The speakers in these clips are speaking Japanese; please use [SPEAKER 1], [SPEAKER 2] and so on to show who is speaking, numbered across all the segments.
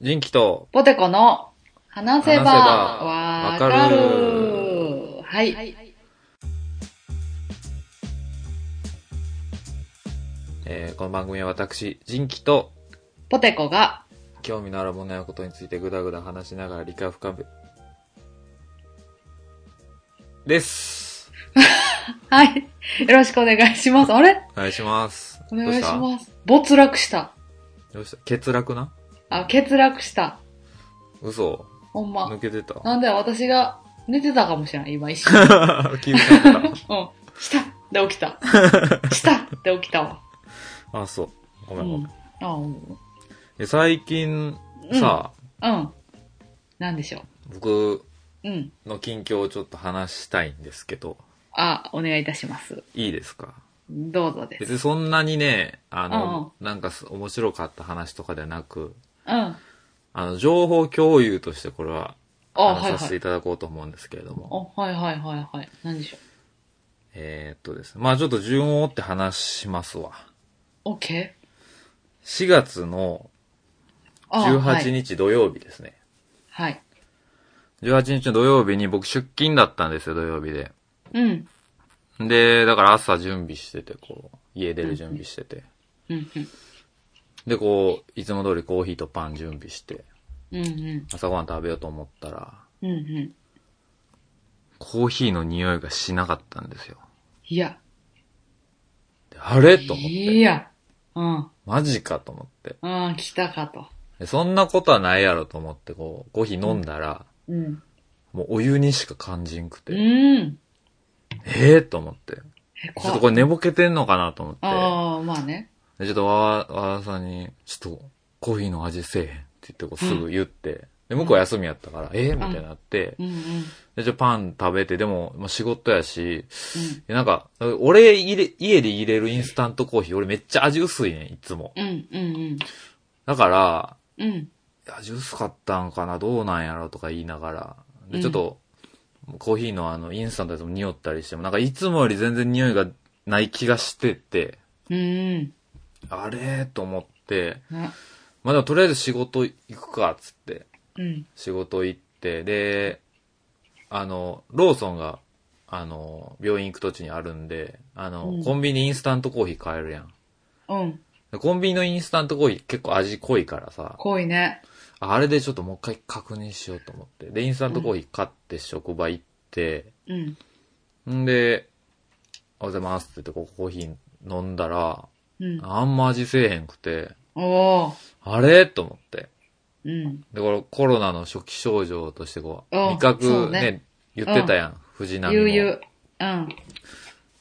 [SPEAKER 1] 人気と、
[SPEAKER 2] ポテコの話せ
[SPEAKER 1] 話せ
[SPEAKER 2] ば
[SPEAKER 1] ば
[SPEAKER 2] わ
[SPEAKER 1] わ
[SPEAKER 2] か
[SPEAKER 1] か
[SPEAKER 2] る
[SPEAKER 1] る
[SPEAKER 2] はい。
[SPEAKER 1] えーこの番組は私、人気と、
[SPEAKER 2] ポテコが、
[SPEAKER 1] 興味のあるものやことについてぐだぐだ話しながら理解を深め、です。
[SPEAKER 2] はい。よろしくお願いします。あれ
[SPEAKER 1] お願いします。
[SPEAKER 2] お願いし
[SPEAKER 1] どうし
[SPEAKER 2] ます。没落した。
[SPEAKER 1] たどうした欠落な
[SPEAKER 2] あ、欠落した。
[SPEAKER 1] 嘘
[SPEAKER 2] ほん
[SPEAKER 1] 抜
[SPEAKER 2] ま。
[SPEAKER 1] けてた
[SPEAKER 2] なんで私が寝てたかもしれない、今一瞬。うん。
[SPEAKER 1] 気づかなかっ
[SPEAKER 2] したで起 きた。したで起きたわ。
[SPEAKER 1] た。あ、そう。ご
[SPEAKER 2] う
[SPEAKER 1] めんごめん
[SPEAKER 2] ん。あうん。
[SPEAKER 1] え最近、さ、
[SPEAKER 2] うん。なんでしょ
[SPEAKER 1] 僕
[SPEAKER 2] う。うん。
[SPEAKER 1] の近況をちょっと話したいんですけど、
[SPEAKER 2] あ、お願いいたします。
[SPEAKER 1] いいですか
[SPEAKER 2] どうぞです。
[SPEAKER 1] 別にそんなにね、あの、なんかす面白かった話とかではなく、
[SPEAKER 2] うん。
[SPEAKER 1] あの、情報共有としてこれは、
[SPEAKER 2] あ、
[SPEAKER 1] あの
[SPEAKER 2] はい
[SPEAKER 1] さ
[SPEAKER 2] は
[SPEAKER 1] せて
[SPEAKER 2] い
[SPEAKER 1] い。ただこうと思うんですけれど
[SPEAKER 2] あ、
[SPEAKER 1] も。
[SPEAKER 2] はいはいはいはい。なんでしょ
[SPEAKER 1] えーっとですね。まあちょっと順を追って話しますわ。
[SPEAKER 2] う。OK?
[SPEAKER 1] 4月の
[SPEAKER 2] あ
[SPEAKER 1] 18
[SPEAKER 2] 日。
[SPEAKER 1] 日土曜日ですね。
[SPEAKER 2] はい。
[SPEAKER 1] 18日の土曜日に僕出勤だったんですよ、土曜日で。
[SPEAKER 2] うん。
[SPEAKER 1] で、だから朝準備してて、こう、家出る準備してて。
[SPEAKER 2] うんうん。
[SPEAKER 1] で、こう、いつも通りコーヒーとパン準備して、
[SPEAKER 2] うんうん。
[SPEAKER 1] 朝ごはん食べようと思ったら、
[SPEAKER 2] うんうん。
[SPEAKER 1] コーヒーの匂いがしなかったんですよ。
[SPEAKER 2] いや。
[SPEAKER 1] であれと思っ
[SPEAKER 2] い
[SPEAKER 1] て。
[SPEAKER 2] や。うん。
[SPEAKER 1] マジかと思って
[SPEAKER 2] うん、来たかと。
[SPEAKER 1] で。そんなことはないやろと思って、こう、コーヒー飲んだら、
[SPEAKER 2] うん。
[SPEAKER 1] もうお湯にしか感じんくて、
[SPEAKER 2] うん。
[SPEAKER 1] ええー、と思って。ち
[SPEAKER 2] え、
[SPEAKER 1] ょっと
[SPEAKER 2] こ
[SPEAKER 1] これ寝ぼけてんのかなと思っ
[SPEAKER 2] ああ、まあね。
[SPEAKER 1] て、でちょっとわわわさんに、ちょっとコーヒーの味せえへんって言ってこうすぐ言って、で、向こう休みやったから、ええー、みたいになって、
[SPEAKER 2] うんうん。
[SPEAKER 1] で、ちょ、パン食べて、でも、まあ、仕事やし、でなんか、俺入れ、家で入れるインスタントコーヒー、俺めっちゃ味薄いねん、いつも。
[SPEAKER 2] うん。うんうん
[SPEAKER 1] だから、
[SPEAKER 2] うん。うん。
[SPEAKER 1] いや味薄かったんかな、どうなんやろとか言いながら、
[SPEAKER 2] う
[SPEAKER 1] で、
[SPEAKER 2] ん
[SPEAKER 1] ちょっと、コーヒーのあの、インスタントでも匂ったりしても、なんかいつもより全然匂いがない気がしてて、
[SPEAKER 2] うん。
[SPEAKER 1] あれと思って、
[SPEAKER 2] あ
[SPEAKER 1] まあでもとりあえず仕事行くか、つって、
[SPEAKER 2] うん。
[SPEAKER 1] 仕事行って、で、あの、ローソンが、あの、病院行く土地にあるんで、あの、
[SPEAKER 2] うん
[SPEAKER 1] コンビニインスタントコーヒー買えるやん。
[SPEAKER 2] うん。
[SPEAKER 1] でコンビニのインスタントコーヒー結構味濃いからさ、
[SPEAKER 2] 濃いね。
[SPEAKER 1] ああれでちょっともう一回確認しようと思って。で、インスタントコーヒー買って職場行って、
[SPEAKER 2] うん。
[SPEAKER 1] んで、おはようございますって言ってこうコーヒー飲んだら、
[SPEAKER 2] うん。
[SPEAKER 1] あんま味せえへんくて、
[SPEAKER 2] おー。
[SPEAKER 1] あれと思って。
[SPEAKER 2] うん。
[SPEAKER 1] で、このコロナの初期症状としてこう、
[SPEAKER 2] うん
[SPEAKER 1] 味覚
[SPEAKER 2] そう
[SPEAKER 1] ね、
[SPEAKER 2] ね
[SPEAKER 1] 言ってたやん、藤波
[SPEAKER 2] ゆ
[SPEAKER 1] も
[SPEAKER 2] うゆう。うん。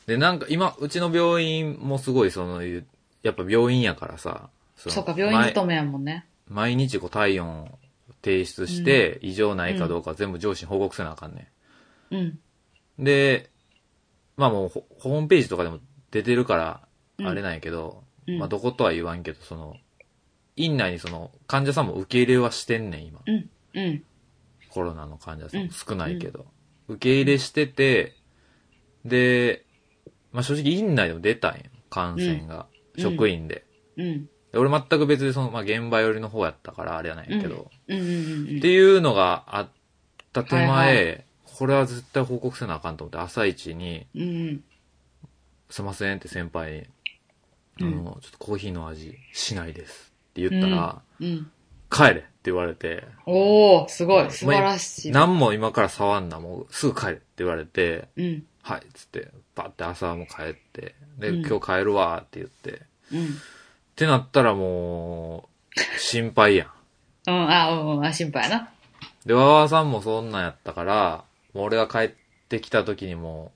[SPEAKER 1] で、なんか今、うちの病院もすごいその、ゆやっぱ病院やからさ、その
[SPEAKER 2] そうか、病院勤めやもんね。
[SPEAKER 1] 毎日こう体温を提出して、異常ないかどうか全部上司に報告せなあかんねん。
[SPEAKER 2] うん。
[SPEAKER 1] で、まあもうホ、ホームページとかでも出てるから、
[SPEAKER 2] うん
[SPEAKER 1] あれなんやけど、
[SPEAKER 2] うん
[SPEAKER 1] まあどことは言わんけど、その、院内にその、患者さんも受け入れはしてんねん、今。
[SPEAKER 2] うん。うん。
[SPEAKER 1] コロナの患者さ
[SPEAKER 2] うん
[SPEAKER 1] ん少ないけど。受け入れしてて、で、まあ正直院内でも出たんよ、感染が。
[SPEAKER 2] うん
[SPEAKER 1] 職員で。
[SPEAKER 2] うん。
[SPEAKER 1] で俺全く別でその、まあ現場寄りの方やったから、あれやないけど。
[SPEAKER 2] うん。うん。うん
[SPEAKER 1] っていうのがあった手前、
[SPEAKER 2] はい
[SPEAKER 1] これは絶対報告せなあかんと思って、朝一に、
[SPEAKER 2] うん。
[SPEAKER 1] すいませんって先輩に、あ
[SPEAKER 2] うん
[SPEAKER 1] の、ちょっとコーヒーの味しないですって言ったら、
[SPEAKER 2] うん。
[SPEAKER 1] 帰れって言われて、
[SPEAKER 2] おー、すごい。素晴らしい。
[SPEAKER 1] 何も今から触んな、もうすぐ帰れって言われて、
[SPEAKER 2] うん。
[SPEAKER 1] はいっつって、バッて朝も帰って、で、
[SPEAKER 2] うん
[SPEAKER 1] 今日帰るわって言って、っ
[SPEAKER 2] うん。
[SPEAKER 1] てなったらもう、心配やん。
[SPEAKER 2] うん、あ、うん、うんあ、心配やな。
[SPEAKER 1] で、わわさんもそんなんやったから、もう俺が帰ってきた時にも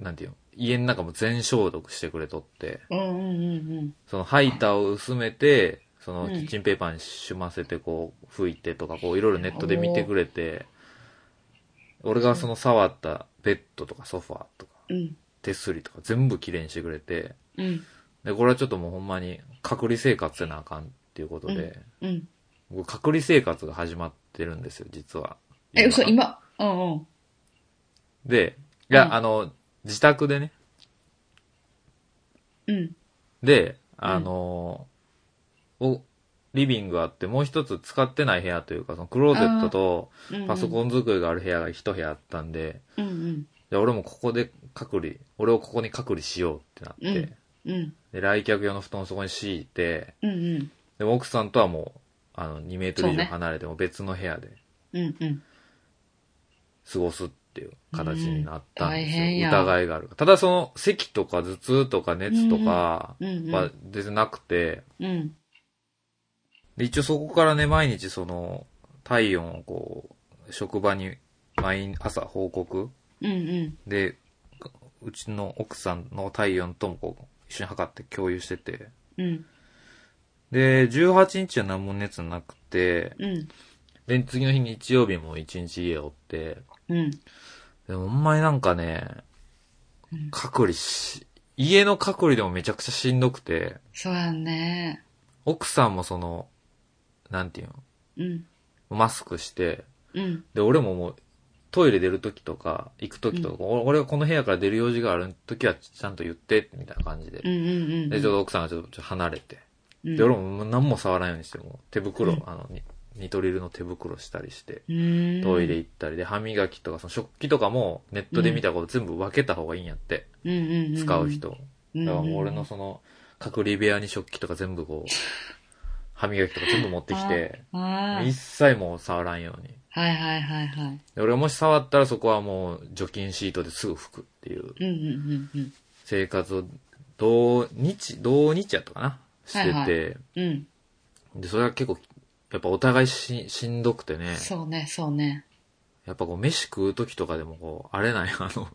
[SPEAKER 1] う、なんていうの、家の中も全消毒してくれとって、
[SPEAKER 2] うん、うん、うん、
[SPEAKER 1] そのハイターを薄めて、その
[SPEAKER 2] うん
[SPEAKER 1] キッチンペーパーにしゅませてこう拭いてとか、こういろいろネットで見てくれて、俺がその触ったベッドとかソファーとか
[SPEAKER 2] うん。うん、
[SPEAKER 1] 手すりとか全部きれいにしてくれて、
[SPEAKER 2] うん、
[SPEAKER 1] で、これはちょっともうほんまに隔離生活せなあかんっていうことで、
[SPEAKER 2] うん。
[SPEAKER 1] 僕隔離生活が始まってるんですよ、実は。
[SPEAKER 2] え、嘘、今、うん、うん。
[SPEAKER 1] で、いや、
[SPEAKER 2] うん
[SPEAKER 1] あの、自宅でね、
[SPEAKER 2] うん、
[SPEAKER 1] で、あの、お、リビングあって、もう一つ使ってない部屋というか、そのクローゼットと
[SPEAKER 2] うんうん
[SPEAKER 1] パソコン机がある部屋が一部屋あったんで、
[SPEAKER 2] うん
[SPEAKER 1] じゃあ俺もここで隔離、俺をここに隔離しようってなって、
[SPEAKER 2] うんうん。うん
[SPEAKER 1] で、来客用の布団をそこに敷いて、
[SPEAKER 2] うん
[SPEAKER 1] でも奥さんとはもう、あの、2メートル以
[SPEAKER 2] そう
[SPEAKER 1] 上
[SPEAKER 2] ね
[SPEAKER 1] 離れても別の部屋で
[SPEAKER 2] うん。うんうん。
[SPEAKER 1] 過ごすっていう形になったんです
[SPEAKER 2] うん大変
[SPEAKER 1] よ。
[SPEAKER 2] や
[SPEAKER 1] 疑いがある。ただその、咳とか頭痛とか熱とか
[SPEAKER 2] うんう
[SPEAKER 1] は
[SPEAKER 2] ん。
[SPEAKER 1] 出てなくて、
[SPEAKER 2] うん。
[SPEAKER 1] で、一応そこからね、毎日その、体温をこう、職場に毎朝報告
[SPEAKER 2] うんうん。
[SPEAKER 1] で、うちの奥さんの体温ともこう、一緒に測って共有してて、
[SPEAKER 2] うん
[SPEAKER 1] で、18日は何も熱なくて、
[SPEAKER 2] うん。
[SPEAKER 1] で、次の日日曜日も一日家おって、
[SPEAKER 2] うん。
[SPEAKER 1] でもほんまになんかね
[SPEAKER 2] うん、
[SPEAKER 1] 隔離し、家の隔離でもめちゃくちゃしんどくて、
[SPEAKER 2] そうやね。
[SPEAKER 1] 奥さんもその、なんていう
[SPEAKER 2] うん。
[SPEAKER 1] の、マスクして、
[SPEAKER 2] うん。
[SPEAKER 1] で、俺ももう、トイレ出るときとか、行くときとか、お俺がこの部屋から出る用事があるときはちゃんと言って、みたいな感じで
[SPEAKER 2] う。んうんうん。
[SPEAKER 1] で、ちょっと奥さんがちょっとちょっと離れて。
[SPEAKER 2] うん、
[SPEAKER 1] で、俺ももう何も触らないようにして、もう手袋、
[SPEAKER 2] うん
[SPEAKER 1] あの、ニニトリルの手袋したりして。
[SPEAKER 2] うん。
[SPEAKER 1] トイレ行ったりで、歯磨きとか、その食器とかもネットで見たこと全部分けた方がいいんやって、
[SPEAKER 2] うんうんうん。
[SPEAKER 1] 使う人。
[SPEAKER 2] うん。
[SPEAKER 1] だ
[SPEAKER 2] だ
[SPEAKER 1] からもう俺のその、隔離部屋に食器とか全部こ う、歯磨きとか全部持ってきて、
[SPEAKER 2] ああ。
[SPEAKER 1] 一切もう触らんように。
[SPEAKER 2] はいはいはいはい。
[SPEAKER 1] で俺がもし触ったらそこはもう除菌シートですぐ拭くっていう
[SPEAKER 2] うんうんうん
[SPEAKER 1] 生活を、同日、同日やったかなしてて、
[SPEAKER 2] はいうん。うん。
[SPEAKER 1] で、それが結構、やっぱお互いししんどくてね。
[SPEAKER 2] そうね、そうね。
[SPEAKER 1] やっぱこう、飯食う時とかでもこう、あれなんや、あの、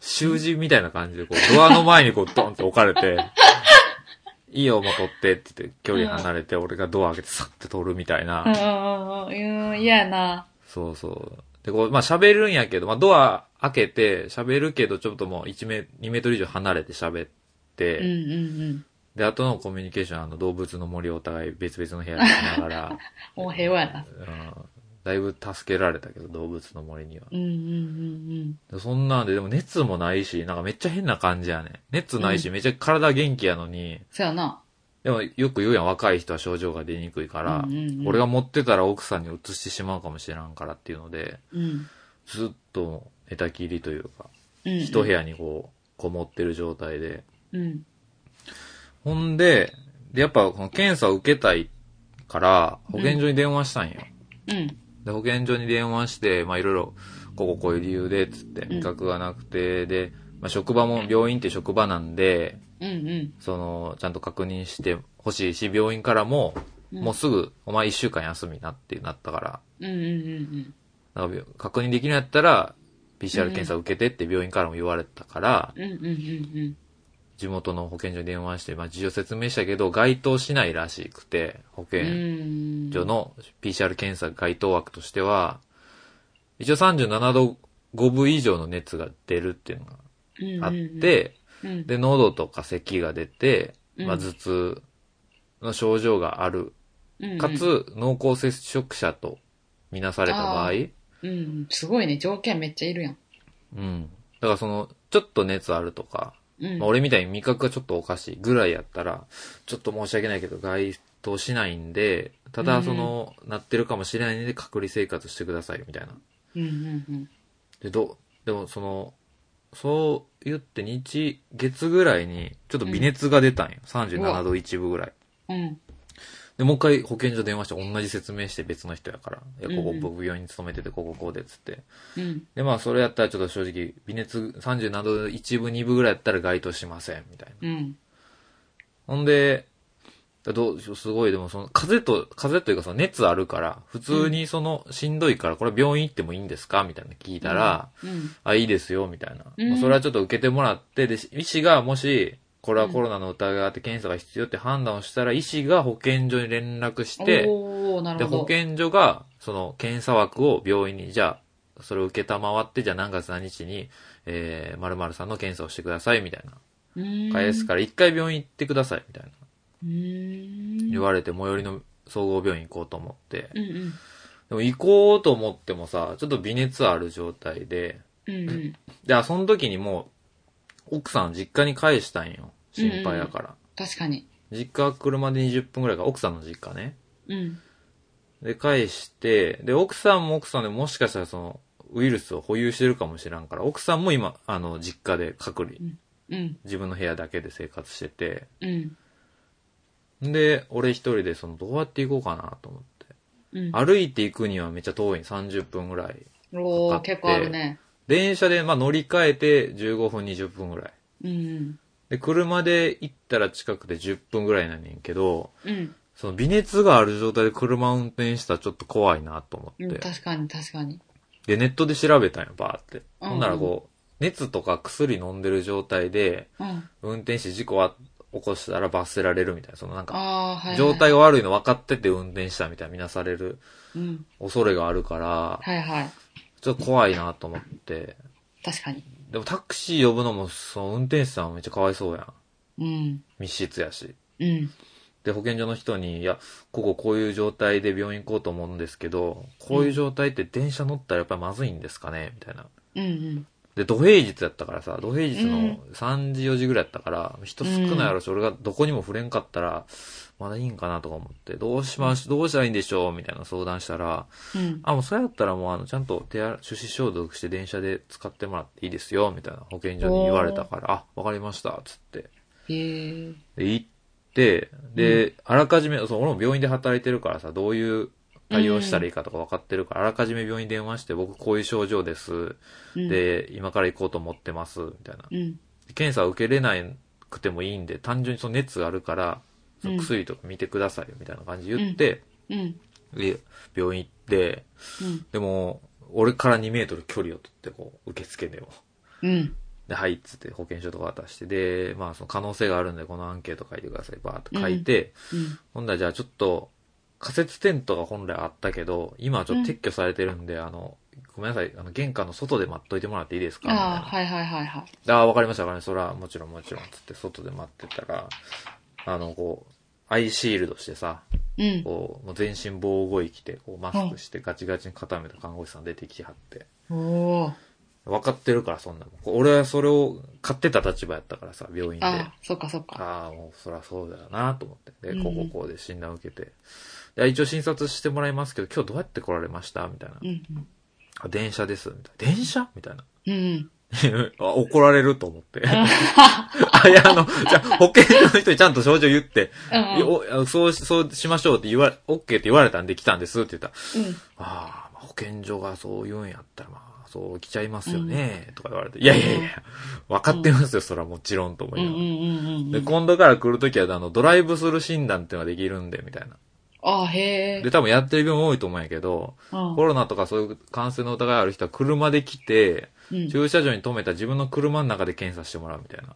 [SPEAKER 1] 囚人みたいな感じで、こう、ドアの前にこう、ドンって置かれ て、いいよ、もう取ってって言って、距離離れて、俺がドア開けてサッて取るみたい
[SPEAKER 2] うんう
[SPEAKER 1] な。
[SPEAKER 2] んうんうん。嫌やな。
[SPEAKER 1] そうそう。で、こう、まあ喋るんやけど、まあドア開けて、喋るけど、ちょっともう1メ、2メートル以上離れて喋っ
[SPEAKER 2] うんう
[SPEAKER 1] て、
[SPEAKER 2] んうん。
[SPEAKER 1] で、後のコミュニケーション、あの、動物の森をお互い別々の部屋にしながら、
[SPEAKER 2] もう平和やな。
[SPEAKER 1] うん、だいぶ助けられたけど、動物の森には。
[SPEAKER 2] うんうん
[SPEAKER 1] でそんなんで、でも熱もないし、なんかめっちゃ変な感じやね。熱ないし、めっちゃ体元気やのに、
[SPEAKER 2] そうやな。
[SPEAKER 1] でもよく言うやん、若い人は症状が出にくいから、
[SPEAKER 2] うんうんうん
[SPEAKER 1] 俺が持ってたら奥さんに移してしまうかもしれんからっていうので、
[SPEAKER 2] うん。
[SPEAKER 1] ずっと寝たきりというか、
[SPEAKER 2] うん。
[SPEAKER 1] 一部屋にこう、こもってる状態で。
[SPEAKER 2] うん。
[SPEAKER 1] ほんで、で、やっぱこの検査を受けたいから、保健所に電話したんよ。
[SPEAKER 2] うん。
[SPEAKER 1] で、保健所に電話して、まあ、いろいろ、こここういう理由で、つって、
[SPEAKER 2] ん
[SPEAKER 1] 味覚がなくて、で、まあ、職場も、病院って職場なんで、
[SPEAKER 2] うんうん。
[SPEAKER 1] その、ちゃんと確認してほしいし、病院からも、
[SPEAKER 2] うん
[SPEAKER 1] もうすぐ、お前一週間休みなってなったから、
[SPEAKER 2] うんうん
[SPEAKER 1] なんか病確認できるんやったら、PCR 検査受けてって病院からも言われたから、
[SPEAKER 2] うんうん。うんうんうん
[SPEAKER 1] 地元の保健所に電話して、まあ、事情説明したけど、該当しないらしくて、保
[SPEAKER 2] うん。う
[SPEAKER 1] 健
[SPEAKER 2] ん。
[SPEAKER 1] 所の PCR 検査該当枠としては、一応37度5分以上の熱が出るっていうのがあって、
[SPEAKER 2] うん、
[SPEAKER 1] で、喉とか咳が出て、
[SPEAKER 2] うん
[SPEAKER 1] まあ、頭痛の症状がある。
[SPEAKER 2] うんうん
[SPEAKER 1] か、つ、濃厚接触者とみなされた場合、
[SPEAKER 2] あうんうん、すごいね、条件めっちゃいるやん。
[SPEAKER 1] うん。だからその、ちょっと熱あるとか、
[SPEAKER 2] うん。
[SPEAKER 1] まあ、俺みたいに味覚がちょっとおかしいぐらいやったら、ちょっと申し訳ないけど、該当しないんで、ただその、なってるかもしれないんで、隔離生活してください、みたいな。
[SPEAKER 2] うんうんうん。
[SPEAKER 1] で、どう、でもその、そう言って日、月ぐらいに、ちょっと微熱が出たんよ。37度1分ぐらい。
[SPEAKER 2] うん。
[SPEAKER 1] で、もう一回保健所電話して同じ説明して別の人やから。いや、こ
[SPEAKER 2] う
[SPEAKER 1] こ
[SPEAKER 2] んうん
[SPEAKER 1] 僕病院に勤めてて、こここうでっつって。
[SPEAKER 2] うん。
[SPEAKER 1] で、まあそれやったらちょっと正直、微熱37度1分2分ぐらいやったら該当しません、みたいな。
[SPEAKER 2] うん。
[SPEAKER 1] ほんで、どう、すごい、でもその、風邪と、風邪というかその熱あるから、普通にその、しんどいから、これ病院行ってもいいんですかみたいなの聞いたら、
[SPEAKER 2] うん。
[SPEAKER 1] あ、いいですよ、みたいな。
[SPEAKER 2] うん
[SPEAKER 1] まあそれはちょっと受けてもらって、で、医師がもし、これはコロナの疑いがあって検査が必要って判断をしたら、医師が保健所に連絡して、
[SPEAKER 2] おー、な
[SPEAKER 1] で、
[SPEAKER 2] るほど。
[SPEAKER 1] 保健所が、その、検査枠を病院に、じゃあ、それを受けたまわって、じゃあ何月何日に、えー、〇〇さんの検査をしてください、みたいな。
[SPEAKER 2] うん
[SPEAKER 1] 返すから、一回病院行ってください、みたいな。
[SPEAKER 2] うん。
[SPEAKER 1] 言われて、最寄りの総合病院行こうと思って。
[SPEAKER 2] うんうん。
[SPEAKER 1] でも行こうと思ってもさ、ちょっと微熱ある状態で、
[SPEAKER 2] うんうん。
[SPEAKER 1] で、あその時にもう、奥さんを実家に返したんよ。心配だから。
[SPEAKER 2] 確かに。
[SPEAKER 1] 実家は車で20分くらいから、奥さんの実家ね。
[SPEAKER 2] うん。
[SPEAKER 1] で、返して、で、奥さんも奥さんでもしかしたらその、ウイルスを保有してるかもしらんから、奥さんも今、あの、実家で隔離。
[SPEAKER 2] うん。
[SPEAKER 1] 自分の部屋だけで生活してて。
[SPEAKER 2] うん。
[SPEAKER 1] で、俺一人で、その、どうやって行こうかなと思って。
[SPEAKER 2] うん。
[SPEAKER 1] 歩いて行くにはめっちゃ遠い、30分ぐらい。
[SPEAKER 2] お
[SPEAKER 1] か
[SPEAKER 2] ー、
[SPEAKER 1] かって
[SPEAKER 2] 結構あるね。
[SPEAKER 1] 電車で、まあ、乗り換えて15分、20分ぐらい。
[SPEAKER 2] うん。
[SPEAKER 1] で、車で行ったら近くで10分ぐらいなんやけど、
[SPEAKER 2] うん。
[SPEAKER 1] その微熱がある状態で車運転したらちょっと怖いなと思
[SPEAKER 2] う
[SPEAKER 1] っ
[SPEAKER 2] ん、
[SPEAKER 1] て。
[SPEAKER 2] 確かに、確かに。
[SPEAKER 1] で、ネットで調べたんよ、バーって。
[SPEAKER 2] うん
[SPEAKER 1] ほんならこう、熱とか薬飲んでる状態で、
[SPEAKER 2] うん。
[SPEAKER 1] 運転して事故は起こしたら罰せられるみたいな、そのなんか、
[SPEAKER 2] あー、はい、はい。
[SPEAKER 1] 状態が悪いの分かってて運転したみたいな見なされる
[SPEAKER 2] うん。
[SPEAKER 1] 恐れがあるから、
[SPEAKER 2] はいはい。
[SPEAKER 1] ちょっと怖いなと思って。
[SPEAKER 2] 確かに。
[SPEAKER 1] でもタクシー呼ぶのも、その運転手さんめっちゃかわいそうやん。
[SPEAKER 2] うん。
[SPEAKER 1] 密室やし。
[SPEAKER 2] うん。
[SPEAKER 1] で、保健所の人に、いや、こここういう状態で病院行こうと思うんですけど、こういう状態って電車乗ったらやっぱりまずいんですかねみたいな。
[SPEAKER 2] うんうん。
[SPEAKER 1] で、土平日やったからさ、土平日
[SPEAKER 2] う
[SPEAKER 1] の
[SPEAKER 2] ん
[SPEAKER 1] 3時4時ぐらいやったから、人少ないやろし、俺がどこにも触れんかったら、まだいいんかなとか思って、どうします、どうしたらいいんでしょうみたいな相談したら、
[SPEAKER 2] うん。
[SPEAKER 1] あ、もうそれやったらもうあの、ちゃんと手洗い、手指消毒して電車で使ってもらっていいですよ、みたいな保健所に言われたから、あ、わかりました、つって。
[SPEAKER 2] へえ。
[SPEAKER 1] で、行って、で、あらかじめ、そう、俺も病院で働いてるからさ、どういう対応したらいいかとか分かってるから、あらかじめ病院に電話して、僕こういう症状です。
[SPEAKER 2] うん、
[SPEAKER 1] で、今から行こうと思ってます、みたいな。
[SPEAKER 2] うん。
[SPEAKER 1] 検査を受けれなくてもいいんで、単純にその熱があるから、その
[SPEAKER 2] うん
[SPEAKER 1] 薬とか見てくださいよ、みたいな感じで言って、
[SPEAKER 2] うん。
[SPEAKER 1] で、病院行って、
[SPEAKER 2] うん。
[SPEAKER 1] でも、俺から2メートル距離を取って、こう、受付でも。
[SPEAKER 2] うん。
[SPEAKER 1] で、はい、っつって保険証とか渡して、で、まあ、その可能性があるんで、このアンケート書いてください、バーっと書いて、
[SPEAKER 2] うん。
[SPEAKER 1] ほんだらじゃあちょっと、仮設テントが本来あったけど、今はちょっと撤去されてるんで、あの、ごめんなさい、あの、玄関の外で待っといてもらっていいですかみたい
[SPEAKER 2] あ
[SPEAKER 1] な
[SPEAKER 2] あ、はいはいはいはい。
[SPEAKER 1] ああ、わかりました、わかりました。それはもちろんもちろん。つって、外で待ってたら、あの、こう、アイシールドしてさ、
[SPEAKER 2] うん。
[SPEAKER 1] こう、もう全身防護衣着て、こう、マスクしてガチガチに固めた看護師さん出てきてはって。
[SPEAKER 2] おお。
[SPEAKER 1] わかってるから、そんなもん。こう俺はそれを買ってた立場やったからさ、病院で。
[SPEAKER 2] あ
[SPEAKER 1] あ
[SPEAKER 2] ー、そっかそっか。
[SPEAKER 1] あー、もう、そらそうだよなと思って。
[SPEAKER 2] う
[SPEAKER 1] で、
[SPEAKER 2] ん
[SPEAKER 1] こうこうこうで診断を受けて。で一応診察してもらいますけど、今日どうやって来られましたみたいな
[SPEAKER 2] う。ん。
[SPEAKER 1] あ、電車です。みたいな。電車みたいな。
[SPEAKER 2] うんうん。
[SPEAKER 1] あ怒られると思って。 あ、いや、あの、じゃあ保健所の人にちゃんと症状言って、
[SPEAKER 2] うん。うん。
[SPEAKER 1] よあそうし、そうしましょうって言われ、OK って言われたんで来たんですって言ったら、ああ、まあ保健所がそう言うんやったら、まあ、そう来ちゃいますよね、とか言われて、いやいやいや、分かってますよ、それはもちろんと思
[SPEAKER 2] う
[SPEAKER 1] い
[SPEAKER 2] ん
[SPEAKER 1] な
[SPEAKER 2] う
[SPEAKER 1] がら。
[SPEAKER 2] んうんう
[SPEAKER 1] で、
[SPEAKER 2] ん。
[SPEAKER 1] 今度から来るときは、あの、ドライブする診断っていうのができるんで、みたいな。
[SPEAKER 2] ああ、へえ
[SPEAKER 1] で、。多分やってる病院多いと思うんやけど、
[SPEAKER 2] うん
[SPEAKER 1] コロナとかそういう感染の疑いある人は車で来て、
[SPEAKER 2] うん。
[SPEAKER 1] 駐車場に止めた自分の車の中で検査してもらうみたいな。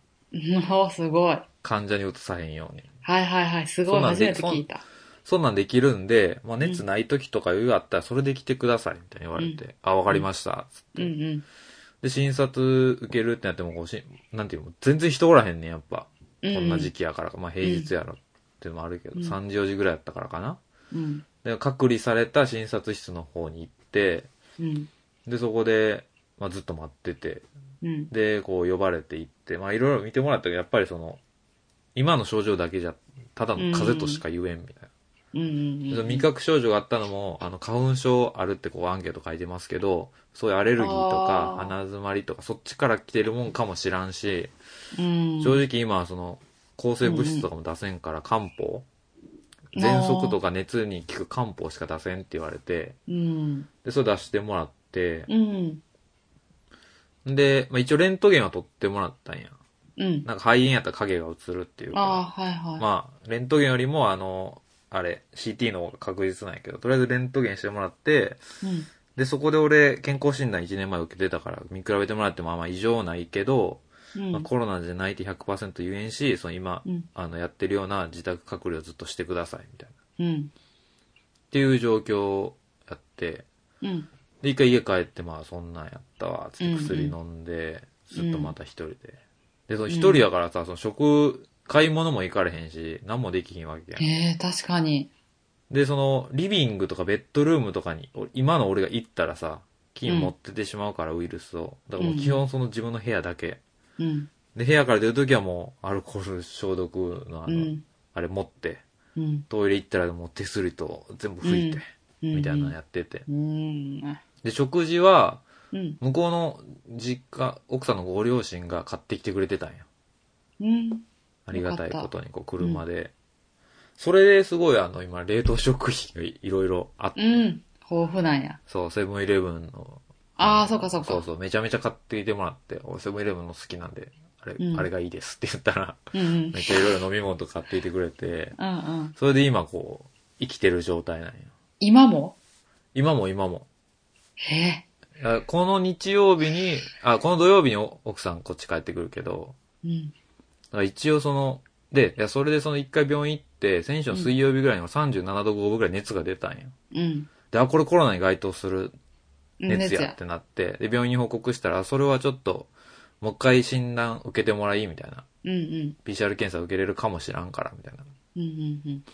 [SPEAKER 2] おーすごい。
[SPEAKER 1] 患者に移さへんように。
[SPEAKER 2] はいはいはい。すご
[SPEAKER 1] そう
[SPEAKER 2] い。
[SPEAKER 1] なん
[SPEAKER 2] 初
[SPEAKER 1] で
[SPEAKER 2] めて聞いた。
[SPEAKER 1] そんなんできるんで、まあ、熱ない時とか余裕あったらそれで来てくださいみたいに言われて、あ、わかりました。つっ
[SPEAKER 2] う
[SPEAKER 1] て
[SPEAKER 2] んうん。
[SPEAKER 1] で、診察受けるってなってもこうし、なんていうの、全然人おらへんねん、やっぱ。こ
[SPEAKER 2] うん
[SPEAKER 1] んな時期やからか。まあ、平日やろっていうのもあるけど、
[SPEAKER 2] うん
[SPEAKER 1] 3時4時ぐらいやったからかな。
[SPEAKER 2] うん。
[SPEAKER 1] で、隔離された診察室の方に行って、
[SPEAKER 2] うん。
[SPEAKER 1] で、そこで、まあ、ずっと待ってて、
[SPEAKER 2] うん。
[SPEAKER 1] で、こう呼ばれて行って、まあいろいろ見てもらったけど、やっぱりその、今の症状だけじゃ、ただの風邪としか言えんみたいな。
[SPEAKER 2] うんうん
[SPEAKER 1] その
[SPEAKER 2] うん。
[SPEAKER 1] 味覚症状があったのも、あの、花粉症あるってこうアンケート書いてますけど、そういうアレルギーとか、
[SPEAKER 2] あー
[SPEAKER 1] 鼻詰まりとか、そっちから来てるもんかもしらんし、
[SPEAKER 2] うん。
[SPEAKER 1] 正直今はその、抗生物質とかも出せんから、漢方
[SPEAKER 2] あー
[SPEAKER 1] 喘息とか熱に効く漢方しか出せんって言われて、
[SPEAKER 2] うん。
[SPEAKER 1] で、それ出してもらって、
[SPEAKER 2] うん。
[SPEAKER 1] で、まあ、一応レントゲンは取ってもらったんや。
[SPEAKER 2] うん。
[SPEAKER 1] なんか肺炎やったら影が映るっていうから
[SPEAKER 2] ああ、はいはい。
[SPEAKER 1] まあ、レントゲンよりも、あの、あれ、CT の方が確実なんやけど、とりあえずレントゲンしてもらって、
[SPEAKER 2] うん。
[SPEAKER 1] で、そこで俺、健康診断1年前受けてたから、見比べてもらってもあんま異常ないけど、
[SPEAKER 2] うん
[SPEAKER 1] まあ、コロナじゃないって100%言えんし、その今、
[SPEAKER 2] うん
[SPEAKER 1] あの、やってるような自宅隔離をずっとしてください、みたいな。っ
[SPEAKER 2] うん。
[SPEAKER 1] ていう状況やって、
[SPEAKER 2] うん。
[SPEAKER 1] で、一回家帰って、まあ、そんなんやったわ、つって薬
[SPEAKER 2] うん
[SPEAKER 1] 飲んで、
[SPEAKER 2] ん
[SPEAKER 1] ずっとまた一人で。で、その一人やからさ、その食、買い物も行かれへんし、何もできひんわけやん。
[SPEAKER 2] ええ、確かに。
[SPEAKER 1] で、その、リビングとかベッドルームとかに、お今の俺が行ったらさ、菌持っててしまうから、ウイルスを。だからもう基本その自分の部屋だけ。
[SPEAKER 2] うん。
[SPEAKER 1] で、部屋から出るときはもう、アルコール消毒のあ
[SPEAKER 2] う
[SPEAKER 1] の、
[SPEAKER 2] ん。
[SPEAKER 1] あれ持って、
[SPEAKER 2] うん。
[SPEAKER 1] トイレ行ったらもう手すりと全部拭いて、
[SPEAKER 2] うん
[SPEAKER 1] みたいなのやってて。
[SPEAKER 2] うん。あ
[SPEAKER 1] で、食事は、
[SPEAKER 2] うん。
[SPEAKER 1] 向こうの実家、奥さんのご両親が買ってきてくれてたんや。
[SPEAKER 2] うん。
[SPEAKER 1] ありがたいことに、こう、車で。それですごい、あの、今、冷凍食品がいいろいろあって、
[SPEAKER 2] うん。豊富なんや。
[SPEAKER 1] そう、セブンイレブンの。
[SPEAKER 2] ああ、そうかそう
[SPEAKER 1] そう
[SPEAKER 2] か。
[SPEAKER 1] そう、めちゃめちゃ買ってきてもらって、俺セブンイレブンの好きなんで、あれ、
[SPEAKER 2] うん
[SPEAKER 1] あれがいいですって言ったら、
[SPEAKER 2] うんうん
[SPEAKER 1] め。っちゃいろいろ飲み物とか買ってきてくれて、
[SPEAKER 2] うんうん。
[SPEAKER 1] それで今こう、生きてる状態なんよ。
[SPEAKER 2] 今も
[SPEAKER 1] 今も今も。
[SPEAKER 2] へえ。
[SPEAKER 1] あこの日曜日に、あ、この土曜日にお奥さんこっち帰ってくるけど、
[SPEAKER 2] うん。
[SPEAKER 1] だから一応その、で、いや、それでその一回病院行って、先週の水曜日ぐらいには37度5分ぐらい熱が出たんよ。
[SPEAKER 2] うん。
[SPEAKER 1] で、あ、これコロナに該当する熱やっ
[SPEAKER 2] や。
[SPEAKER 1] てなって、で、病院に報告したら、あそれはちょっと、もう一回診断受けてもらい、みたいな。
[SPEAKER 2] うんうん。
[SPEAKER 1] PCR 検査受けれるかもしらんから、みたいな。っ
[SPEAKER 2] うんうん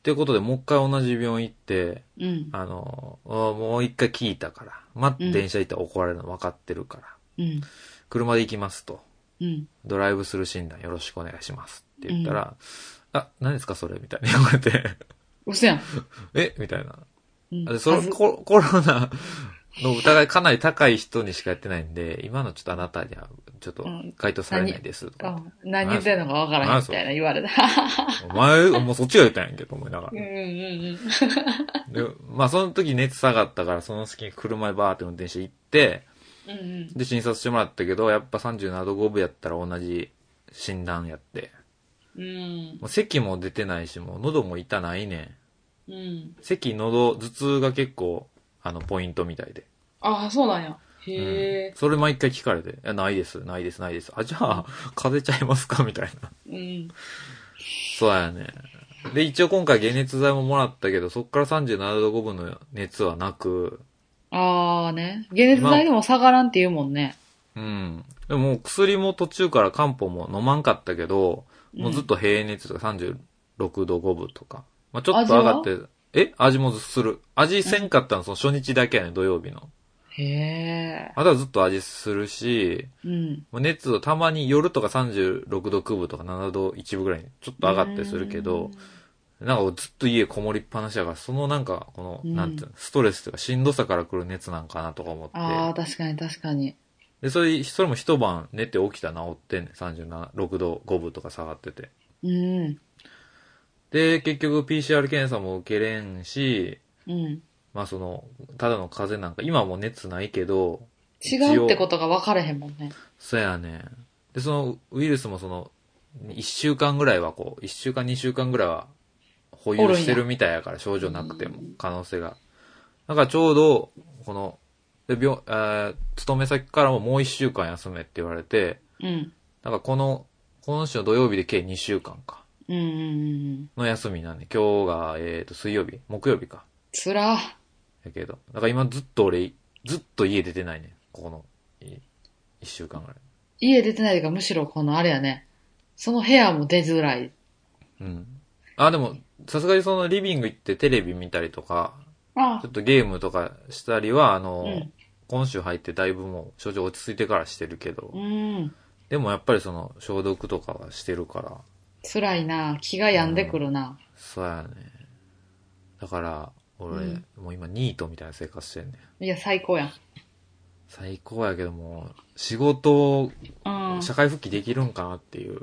[SPEAKER 1] ていうことで、もう一回同じ病院行って、
[SPEAKER 2] うん。うん。
[SPEAKER 1] あの、あもう一回聞いたから、ま、
[SPEAKER 2] うん
[SPEAKER 1] 電車行ったら怒られるの分かってるから、
[SPEAKER 2] うん。
[SPEAKER 1] 車で行きますと、
[SPEAKER 2] うん。
[SPEAKER 1] ドライブする診断よろしくお願いしますって言ったら、あ、何ですかそれみたいな言われて、
[SPEAKER 2] 嘘やん。
[SPEAKER 1] えみたいな。
[SPEAKER 2] うん
[SPEAKER 1] で、そ
[SPEAKER 2] は
[SPEAKER 1] の
[SPEAKER 2] ず
[SPEAKER 1] ココロナの疑いかなり高い人にしかやってないんで、今のちょっとあなたにはちょっと
[SPEAKER 2] うん
[SPEAKER 1] 該当されないですとか。
[SPEAKER 2] あ何言ってんのかわからへんみたいな言われた。
[SPEAKER 1] お前、もうそっちが言ったんやんけと思いなが
[SPEAKER 2] うんう
[SPEAKER 1] ら。
[SPEAKER 2] ん
[SPEAKER 1] で、まあその時熱下がったから、その隙に車でバーって運転して行って、
[SPEAKER 2] うん。うんうん。
[SPEAKER 1] で診察してもらったけど、やっぱ37度5分やったら同じ診断やって。
[SPEAKER 2] うん。
[SPEAKER 1] もう咳も出てないし、もう喉も痛ないねん。
[SPEAKER 2] うん。
[SPEAKER 1] 咳、喉、頭痛が結構、あの、ポイントみたいで。
[SPEAKER 2] ああ、そうなんや。
[SPEAKER 1] う
[SPEAKER 2] へ
[SPEAKER 1] ん、それ毎回聞かれて、いやないです、ないです、ないです。あ、じゃあ、 風邪ちゃいますかみ たいな。
[SPEAKER 2] え。うん。
[SPEAKER 1] そうやね。で、一応今回解熱剤ももらったけど、そっから37度5分の熱はなく、
[SPEAKER 2] ああね。解熱剤でも下がらんって言うもんね。
[SPEAKER 1] うん。でももう薬も途中から漢方も飲まんかったけど、もうずっと平熱とか36度5分とか。まあちょっと上がって、え味もする。味せんかったの、その初日だけやね、土曜日の。
[SPEAKER 2] へえ。
[SPEAKER 1] あとはずっと味するし、
[SPEAKER 2] うん。
[SPEAKER 1] もう熱をたまに夜とか36度9分とか7度1分ぐらいにちょっと上がったりするけど、なんかずっと家こもりっぱなしだから、そのなんか、この、
[SPEAKER 2] うん
[SPEAKER 1] なんていうの、ストレスとかしんどさから来る熱なんかなとか思
[SPEAKER 2] うん。ああ、
[SPEAKER 1] って。
[SPEAKER 2] 確かに確かに。
[SPEAKER 1] で、それ、それも一晩寝て起きたら治ってんねん。36度5分とか下がってて。
[SPEAKER 2] うん。
[SPEAKER 1] で、結局 PCR 検査も受けれんし、
[SPEAKER 2] うん。
[SPEAKER 1] まあその、ただの風邪なんか、今はもう熱ないけど、
[SPEAKER 2] 違うってことが分かれへんもんね。
[SPEAKER 1] そうやねん。で、そのウイルスもその、1週間ぐらいはこう、1週間2週間ぐらいは保有してるみたいやから、症状なくても
[SPEAKER 2] うん、
[SPEAKER 1] 可能性が。だからちょうど、この、で病えー勤め先からももう1週間休めって言われて、
[SPEAKER 2] うん。
[SPEAKER 1] だからこの、今週の土曜日で計2週間か、
[SPEAKER 2] うんうんうん。
[SPEAKER 1] の休みなんで、今日が、えっ、と、水曜日、木曜日か、
[SPEAKER 2] つら。
[SPEAKER 1] やけど。だから今ずっと俺、ずっと家出てないねん、ここの、1週間ぐらい。
[SPEAKER 2] 家出てないというか、むしろこのあれやね。その部屋も出づらい。
[SPEAKER 1] うん。あ、でも、さすがにそのリビング行ってテレビ見たりとか、
[SPEAKER 2] あ
[SPEAKER 1] ちょっとゲームとかしたりは、あの、
[SPEAKER 2] うん
[SPEAKER 1] 今週入ってだいぶもう症状落ち着いてからしてるけど、
[SPEAKER 2] うん。
[SPEAKER 1] でもやっぱりその消毒とかはしてるから、
[SPEAKER 2] 辛いな。気が病んでくるな。
[SPEAKER 1] そうやね。だから、俺、
[SPEAKER 2] うん
[SPEAKER 1] もう今ニートみたいな生活してんねん
[SPEAKER 2] いや、最高やん。
[SPEAKER 1] 最高やけども、仕事、
[SPEAKER 2] うん。そ
[SPEAKER 1] 社会復帰できるんかなっていう。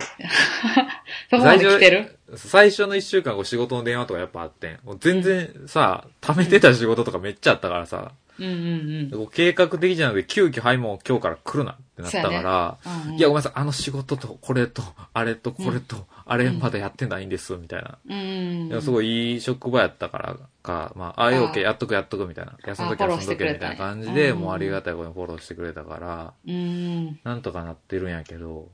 [SPEAKER 2] こまで来てる
[SPEAKER 1] 最初の一週間こう仕事の電話とかやっぱあってん。もう全然さ、溜めてた仕事とかめっちゃあったからさ、
[SPEAKER 2] うんうん
[SPEAKER 1] こう計画的じゃなくて、急遽、はい、もう今日から来るなってなったから、
[SPEAKER 2] うん。うん
[SPEAKER 1] いや、ごめんなさい、あの仕事と、これと、あれと、これと、あれまだやってないんです、みたいな。
[SPEAKER 2] うん。
[SPEAKER 1] でもす
[SPEAKER 2] い。
[SPEAKER 1] ごいいい職場やったからか、まあ、ああいう
[SPEAKER 2] あ
[SPEAKER 1] OK、やっとくやっとくみたいな。休んどけ
[SPEAKER 2] フォロ
[SPEAKER 1] 休
[SPEAKER 2] ー
[SPEAKER 1] ん
[SPEAKER 2] し
[SPEAKER 1] ど
[SPEAKER 2] て
[SPEAKER 1] け
[SPEAKER 2] くれ
[SPEAKER 1] み
[SPEAKER 2] た
[SPEAKER 1] たい
[SPEAKER 2] んや
[SPEAKER 1] な感じで、
[SPEAKER 2] うん
[SPEAKER 1] もうありがたいことにフォローしてくれたから、
[SPEAKER 2] うん。
[SPEAKER 1] なんとかなってるんやけど、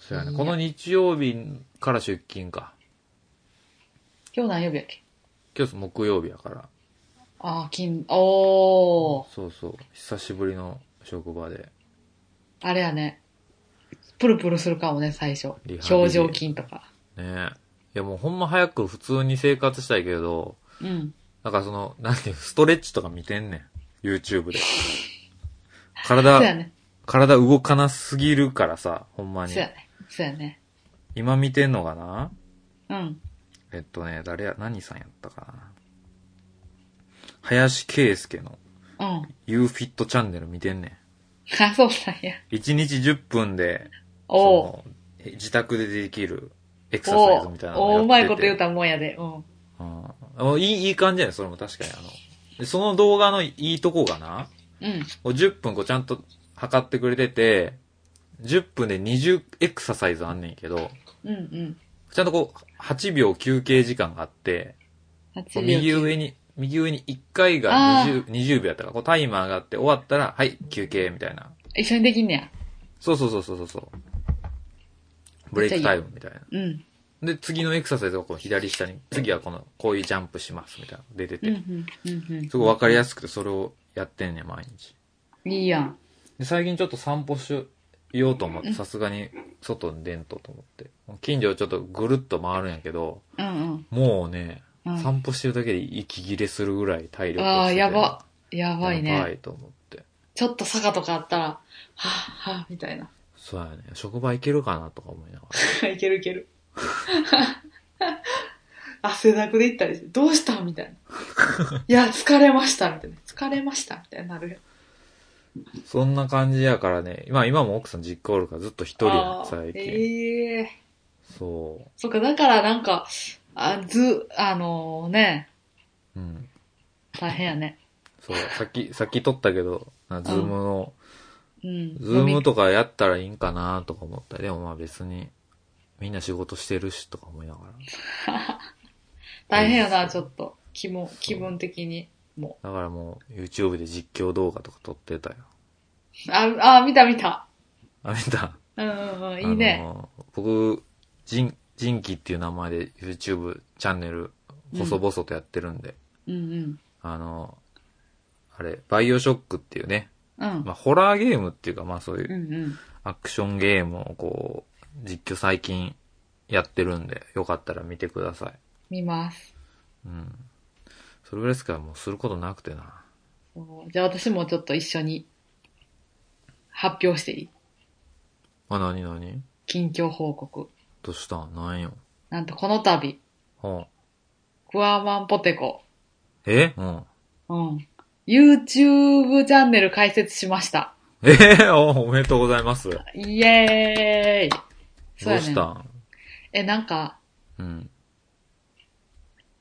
[SPEAKER 1] そうや
[SPEAKER 2] い
[SPEAKER 1] ね。
[SPEAKER 2] や
[SPEAKER 1] この日曜日から出勤か。
[SPEAKER 2] 今日何曜日やっけ
[SPEAKER 1] 今日木曜日やから。
[SPEAKER 2] ああ、金、おー。
[SPEAKER 1] そうそう。久しぶりの職場で。
[SPEAKER 2] あれやね。プルプルするかもね、最初
[SPEAKER 1] リハビ。リ
[SPEAKER 2] 表情筋とか。
[SPEAKER 1] ねいやもうほんま早く普通に生活したいけど、
[SPEAKER 2] うん。
[SPEAKER 1] なんかその、なんていう、ストレッチとか見てんねん。YouTube で。
[SPEAKER 2] そうや
[SPEAKER 1] 体、
[SPEAKER 2] ね。
[SPEAKER 1] 体動かなすぎるからさ、ほんまに
[SPEAKER 2] そう。やね。そうやね。
[SPEAKER 1] 今見てんのがな、
[SPEAKER 2] うん。
[SPEAKER 1] えっとね、誰や、何さんやったかな。林圭介の
[SPEAKER 2] うん。
[SPEAKER 1] YouFit チャンネル見てんね
[SPEAKER 2] あ、そうなん
[SPEAKER 1] ん。
[SPEAKER 2] や。
[SPEAKER 1] 1日10分で、
[SPEAKER 2] おう。
[SPEAKER 1] そのえ自宅でできるエクササイ
[SPEAKER 2] お
[SPEAKER 1] ズみ
[SPEAKER 2] う
[SPEAKER 1] たいな
[SPEAKER 2] おう、うまいこと言う
[SPEAKER 1] た。
[SPEAKER 2] たもんやで。うん。
[SPEAKER 1] うんもういい、いい感じやね、それも確かに。あので、その動画のいいとこがな、
[SPEAKER 2] う
[SPEAKER 1] も
[SPEAKER 2] ん。
[SPEAKER 1] う10分こうちゃんと測ってくれてて、10分で20エクササイズあんねんけど、
[SPEAKER 2] うんうん。
[SPEAKER 1] ちゃんとこう、8秒休憩時間があって、
[SPEAKER 2] 8秒。
[SPEAKER 1] 右上に、右上に1回が20 20秒やったから、こうタイマーがあって終わったら、はい、休憩みたいな。
[SPEAKER 2] 一緒にできんねや。
[SPEAKER 1] そうそうそうそうそう。ブレイクタイムみたいな。
[SPEAKER 2] うん。
[SPEAKER 1] で、次のエクササイズがこの左下に、次はこの、こういうジャンプしますみたいな、出て
[SPEAKER 2] うんう
[SPEAKER 1] て。
[SPEAKER 2] ん。うん
[SPEAKER 1] すごいわかりやすくて、それをやってんね、毎日。
[SPEAKER 2] うん。いいやん。
[SPEAKER 1] で、最近ちょっと散歩しようと思って、さすがに外に出んとと思って。近所をちょっとぐるっと回るんやけど、
[SPEAKER 2] うん
[SPEAKER 1] もうね、
[SPEAKER 2] うん。うん。
[SPEAKER 1] 散歩してるだけで息切れするぐらい体力落
[SPEAKER 2] あ
[SPEAKER 1] ち
[SPEAKER 2] あ、
[SPEAKER 1] てて
[SPEAKER 2] やば。。やばい
[SPEAKER 1] やば
[SPEAKER 2] ね。
[SPEAKER 1] いと思って。
[SPEAKER 2] ちょっと坂とかあったら、はぁ、はぁ、みたいな。
[SPEAKER 1] そうやね。職場行けるかなとか思いながら。
[SPEAKER 2] いけるいける。 汗だくで行ったりして、どうしたみたい な。いや、疲れました、みたいな。疲れました、みたいになるよ。
[SPEAKER 1] そんな感じやからね。まあ今も奥さん実家おるからずっと一人や
[SPEAKER 2] あ
[SPEAKER 1] ね、
[SPEAKER 2] ー
[SPEAKER 1] 最近。
[SPEAKER 2] ええ
[SPEAKER 1] そ
[SPEAKER 2] そっか、だからなんか、あず、あのね、
[SPEAKER 1] う。うん。
[SPEAKER 2] 大変やね。
[SPEAKER 1] そう。さっき、さっき撮ったけど、なズームの、
[SPEAKER 2] うん。
[SPEAKER 1] ズーム
[SPEAKER 2] 飲み
[SPEAKER 1] とかやったらいいんかなとか思った。でもまあ別に、みんな仕事してるしとか思いながら。
[SPEAKER 2] 大変やな、ちょっと。気も、気分的に。も
[SPEAKER 1] だからもう YouTube で実況動画とか撮ってたよ。
[SPEAKER 2] う。あ、あ、見た見た。
[SPEAKER 1] あ、見た。
[SPEAKER 2] うんうんうん、いいね。
[SPEAKER 1] あのー。僕、ジン、ジンキっていう名前で YouTube チャンネル、細々とやってるんで、
[SPEAKER 2] うん
[SPEAKER 1] あのー、あれ、バイオショックっていうね、
[SPEAKER 2] うん。うん。
[SPEAKER 1] まあ、ホラーゲームっていうか、まあそういううん
[SPEAKER 2] うん。
[SPEAKER 1] アクションゲームをこう、実況最近やってるんで、よかったら見てください。
[SPEAKER 2] 見ます。
[SPEAKER 1] うん。それぐらいですからもうすることなくてな。
[SPEAKER 2] そうじゃあ私もちょっと一緒に発表していい
[SPEAKER 1] あ、なになに
[SPEAKER 2] 近況報告。
[SPEAKER 1] どうしたんなんよ。
[SPEAKER 2] なんとこの度、
[SPEAKER 1] うん。
[SPEAKER 2] クワマンポテコ、
[SPEAKER 1] えうん。
[SPEAKER 2] うん。YouTube チャンネル開設しました。
[SPEAKER 1] えー、おおめでとうございます。ど
[SPEAKER 2] イエーイそう
[SPEAKER 1] う
[SPEAKER 2] やね
[SPEAKER 1] したん
[SPEAKER 2] え、なんか、
[SPEAKER 1] うん。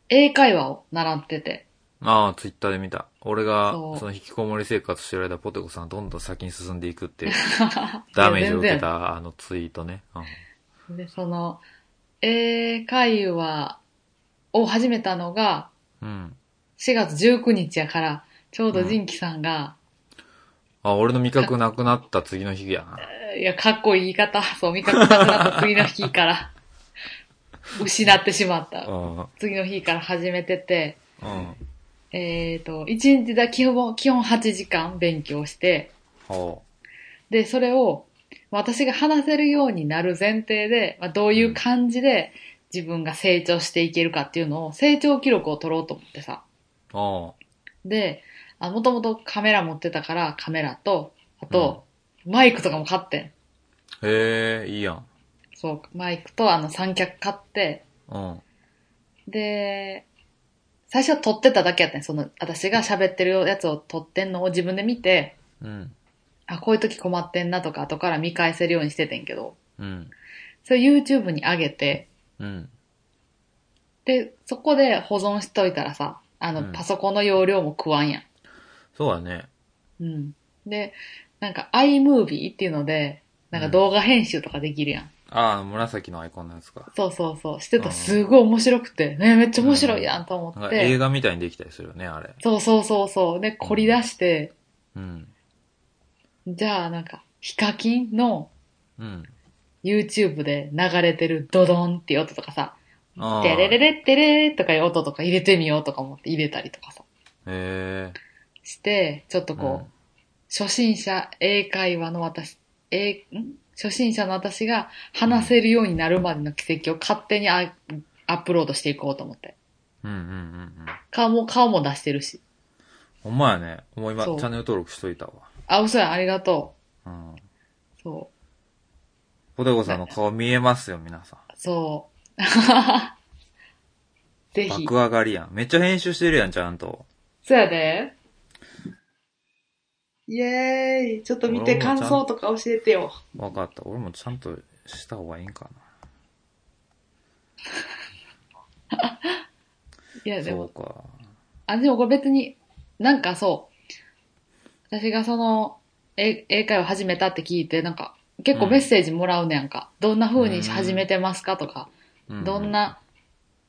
[SPEAKER 2] 英会話を習ってて。
[SPEAKER 1] ああ、ツイッターで見た。俺が
[SPEAKER 2] そ、う
[SPEAKER 1] その引きこもり生活してる間、ポテコさんどんどん先に進んでいくっていう、ダメージを受け
[SPEAKER 2] いや。
[SPEAKER 1] た、あのツイートね。うん
[SPEAKER 2] 全然で、その、英会話を始めたのが、
[SPEAKER 1] うん。
[SPEAKER 2] 4月19日やから、ちょうどジンキさんが、
[SPEAKER 1] あ、俺の味覚なくなった次の日やな。
[SPEAKER 2] いや、かっこいい言い方、 そう、味覚なくなった次の 日から、失ってしまった
[SPEAKER 1] う。ん。うん。
[SPEAKER 2] 次の日から始めてて、えっ、と、1日だ基本、基本8時間勉強して、
[SPEAKER 1] ほ
[SPEAKER 2] で、それを、まあ私が話せるようになる前提で、まあ、どういう感じで自分が成長していけるかっていうのを、成長記録を取ろうと思ってさ。
[SPEAKER 1] う。うん。
[SPEAKER 2] で、あもともとカメラ持ってたから、カメラと、あと、マイクとかも買ってん。
[SPEAKER 1] へえ、いいやん。
[SPEAKER 2] そう、マイクとあの三脚買って、
[SPEAKER 1] うん。
[SPEAKER 2] で、最初は撮ってただけやったんその、私が喋ってるやつを撮ってんのを自分で見て、
[SPEAKER 1] うん。
[SPEAKER 2] あ、こういう時困ってんなとか、後から見返せるようにしててんけど、
[SPEAKER 1] うん。
[SPEAKER 2] それ YouTube に上げて、
[SPEAKER 1] うん。
[SPEAKER 2] で、そこで保存しといたらさ、あの、
[SPEAKER 1] うん
[SPEAKER 2] パソコンの容量も食わんやん。
[SPEAKER 1] そうだね。
[SPEAKER 2] うん。で、なんか iMovie っていうので、なんか動画編集とかできるやん。
[SPEAKER 1] ああ、紫のアイコンのやつか。
[SPEAKER 2] そうそうそう。してた
[SPEAKER 1] うん
[SPEAKER 2] すごい面白くて、ね、めっちゃ面白いやんと思
[SPEAKER 1] なん
[SPEAKER 2] っ
[SPEAKER 1] か映
[SPEAKER 2] て。
[SPEAKER 1] 画みたいにできたりするよね、あれ。
[SPEAKER 2] そうそうそうそう。で、凝り出して、
[SPEAKER 1] うん。
[SPEAKER 2] じゃあなんか、ヒカキンの
[SPEAKER 1] うん。
[SPEAKER 2] YouTube で流れてるドドンっていう音とかさ、
[SPEAKER 1] ああ。
[SPEAKER 2] テレレ
[SPEAKER 1] へ
[SPEAKER 2] レってれーとかいう音とか入れてみようとか思って入れたりとかさ、
[SPEAKER 1] え。
[SPEAKER 2] して、ちょっとこう、
[SPEAKER 1] うん
[SPEAKER 2] 初心者英会話の私、えん初心者の私が話せるようになるまでの奇跡を勝手にアアップロードしていこうと思って。
[SPEAKER 1] うんうんうんうん。
[SPEAKER 2] 顔も、顔も出してるし。
[SPEAKER 1] ほんまやね。もう今、チ
[SPEAKER 2] そ
[SPEAKER 1] ャ
[SPEAKER 2] う
[SPEAKER 1] ンネル登録しといたわ。
[SPEAKER 2] あ、嘘や、ありがと
[SPEAKER 1] うん。
[SPEAKER 2] う。そ
[SPEAKER 1] ポテコさんの顔見えますよ、皆さん。
[SPEAKER 2] う。そう。 ぜひ
[SPEAKER 1] 爆。上がりやん。めっちゃ編集してるやん、ちゃんと。
[SPEAKER 2] そうやで。イエーイ。ちょっと見
[SPEAKER 1] 俺
[SPEAKER 2] て
[SPEAKER 1] もちゃん
[SPEAKER 2] 感想とか教えてよ。
[SPEAKER 1] わかった。俺もちゃんとした方がいいんか
[SPEAKER 2] いや、
[SPEAKER 1] な。
[SPEAKER 2] で
[SPEAKER 1] そ
[SPEAKER 2] も
[SPEAKER 1] う、か。
[SPEAKER 2] あ、でもこれ別に、なんかそう、私がその、え英会話始めたって聞いて、なんか、結構メッセージもらうねやんか。どんな風に始めてますかとか、
[SPEAKER 1] う
[SPEAKER 2] どん。な、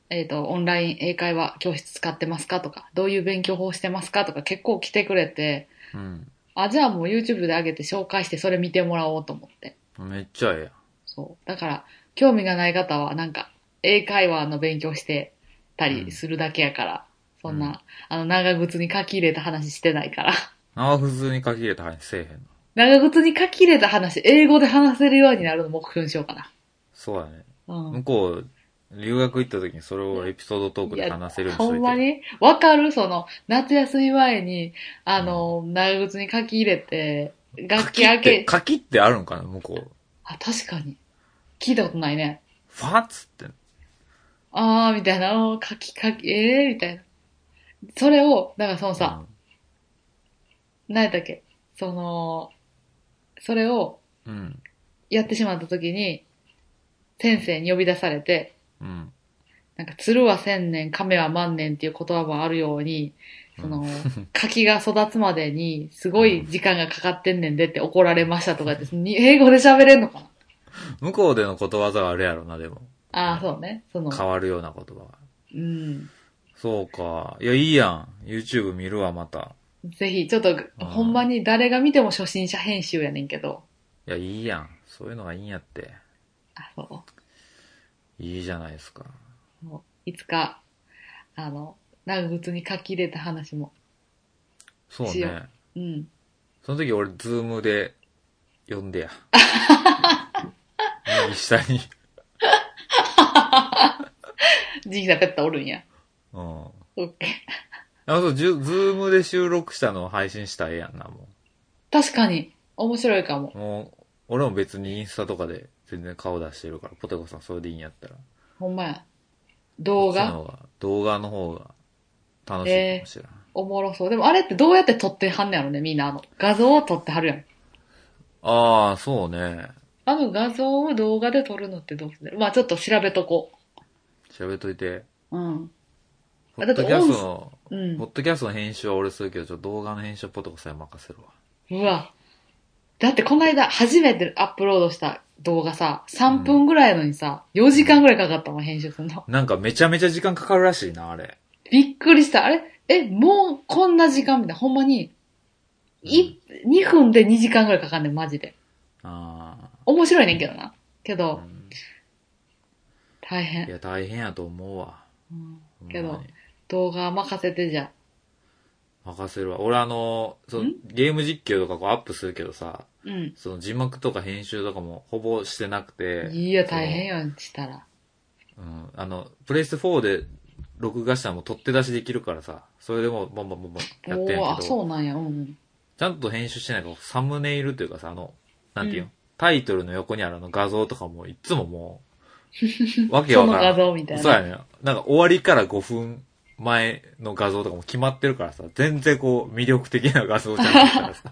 [SPEAKER 2] えっ、と、オンライン英会話教室使ってますかとか、どういう勉強法してますかとか結構来てくれて、
[SPEAKER 1] うん。
[SPEAKER 2] あ、じゃあもう YouTube で上げて紹介してそれ見てもらおうと思って。
[SPEAKER 1] めっちゃええやん。
[SPEAKER 2] そう。だから、興味がない方は、なんか、英会話の勉強してたりするだけやから、そんな、
[SPEAKER 1] うん
[SPEAKER 2] あの、長靴に書き入れた話してないから。
[SPEAKER 1] ああ、普通に書き入れた話せえへんの。
[SPEAKER 2] 長靴に書き入れた話、英語で話せるようになるの目標にしようかな。
[SPEAKER 1] そうやね。
[SPEAKER 2] うん。
[SPEAKER 1] 向こう、留学行った時にそれをエピソードトークで話せるようにし
[SPEAKER 2] ほ
[SPEAKER 1] とい
[SPEAKER 2] ん
[SPEAKER 1] て
[SPEAKER 2] まにわかるその、夏休み前に、あの、長靴に書き入れて、楽器
[SPEAKER 1] 柿
[SPEAKER 2] 開
[SPEAKER 1] って
[SPEAKER 2] け、、
[SPEAKER 1] 柿ってあるんかな、向こう。
[SPEAKER 2] あ、確かに。聞いたことないね。
[SPEAKER 1] ファッツって。
[SPEAKER 2] あー、みたいな、あー書き書き、えー、みたいな。それを、だからそのさ、何やったっけその、それを
[SPEAKER 1] うん。うん。
[SPEAKER 2] やってしまった時に、先生に呼び出されて、
[SPEAKER 1] うん。
[SPEAKER 2] なんか、鶴は千年、亀は万年っていう言葉もあるように、その、 柿が育つまでに、すごい時間がかかってんねんでって怒られましたとかです。に英語で喋れんのかな
[SPEAKER 1] 向こうでのことわざがあるやろな、でも。
[SPEAKER 2] ああ、そうね。その、
[SPEAKER 1] 変わるような言葉が。
[SPEAKER 2] うん。
[SPEAKER 1] そうか。いや、いいやん。YouTube 見るわ、また。
[SPEAKER 2] ぜひ、ちょっと、ほんまに誰が見ても初心者編集やねんけど。
[SPEAKER 1] いや、いいやん。そういうのがいいんやって。
[SPEAKER 2] あ、そう。
[SPEAKER 1] いいじゃないですか。
[SPEAKER 2] もういつか、あの、長靴に書き入れた話も。
[SPEAKER 1] そう
[SPEAKER 2] しよ
[SPEAKER 1] ね。
[SPEAKER 2] うん。
[SPEAKER 1] その時俺、ズームで、呼ん でや。右下に。
[SPEAKER 2] ジギザペッタおるんや。
[SPEAKER 1] うん。あ、
[SPEAKER 2] オッケー
[SPEAKER 1] そう、ジュズームで収録したのを配信したらええやんな、も
[SPEAKER 2] 確かに、面白いかも
[SPEAKER 1] う。。もう、俺も別にインスタとかで全然顔出してるから、ポテコさんそれでいいんやったら。
[SPEAKER 2] ほんまや。動
[SPEAKER 1] こっちの
[SPEAKER 2] 画
[SPEAKER 1] 方が動画の方が楽しいかもしれない。
[SPEAKER 2] おもろそう。でもあれってどうやって撮ってはんねやろね、みんな。あの、画像を撮ってはるやん。
[SPEAKER 1] ああ、そうね。
[SPEAKER 2] あの画像を動画で撮るのってどうするまあちょっと調べとこ
[SPEAKER 1] 喋っといて。
[SPEAKER 2] う。うん。
[SPEAKER 1] ポ
[SPEAKER 2] あ
[SPEAKER 1] ッ
[SPEAKER 2] だって
[SPEAKER 1] ド
[SPEAKER 2] 音
[SPEAKER 1] キャスト
[SPEAKER 2] う
[SPEAKER 1] の、ポッ
[SPEAKER 2] ん。
[SPEAKER 1] ドキャストの編集は俺するけど、ちょっと動画の編集はポテコさんに任せるわ。
[SPEAKER 2] うわ。だってこの間初めてアップロードした動画さ、3分ぐらいやのにさ、4時間ぐらいかかったもん、編集するの。
[SPEAKER 1] なんかめちゃめちゃ時間かかるらしいな、あれ。
[SPEAKER 2] びっくりした。あれえ、もうこんな時間みたいな。ほんまに、い、2分で2時間ぐらいかかんねん、マジで。
[SPEAKER 1] あ
[SPEAKER 2] 面白いねんけどな。け
[SPEAKER 1] あ、
[SPEAKER 2] ど
[SPEAKER 1] う、ん
[SPEAKER 2] 大
[SPEAKER 1] い
[SPEAKER 2] 変。
[SPEAKER 1] や、大変やと思うわ。
[SPEAKER 2] うん
[SPEAKER 1] ほんまに
[SPEAKER 2] けど動画任せてじゃ
[SPEAKER 1] 任せるわ。俺あの、その
[SPEAKER 2] ん
[SPEAKER 1] ゲーム実況とかこうアップするけどさ、
[SPEAKER 2] あ。うん。
[SPEAKER 1] その字幕とか編集とかもほぼしてなくて。
[SPEAKER 2] いや、大変
[SPEAKER 1] や。
[SPEAKER 2] よ、したら。
[SPEAKER 1] うん。あの、プレイス4で録画したらもう取って出しできるからさ、それでもうボンボンボンボンやってん
[SPEAKER 2] おー
[SPEAKER 1] や
[SPEAKER 2] あ、
[SPEAKER 1] けど。
[SPEAKER 2] そうなんや、うんうん。
[SPEAKER 1] ちゃんと編集してないから、サムネイルというかさ、あの、なんていうの、
[SPEAKER 2] うん
[SPEAKER 1] タイトルの横にあるあの画像とかも、いつももう、わけわからん。
[SPEAKER 2] その画像みたいな
[SPEAKER 1] そうやね。なんか終わりから5分前の画像とかも決まってるからさ、全然こう、魅力的な画像じゃないから さ。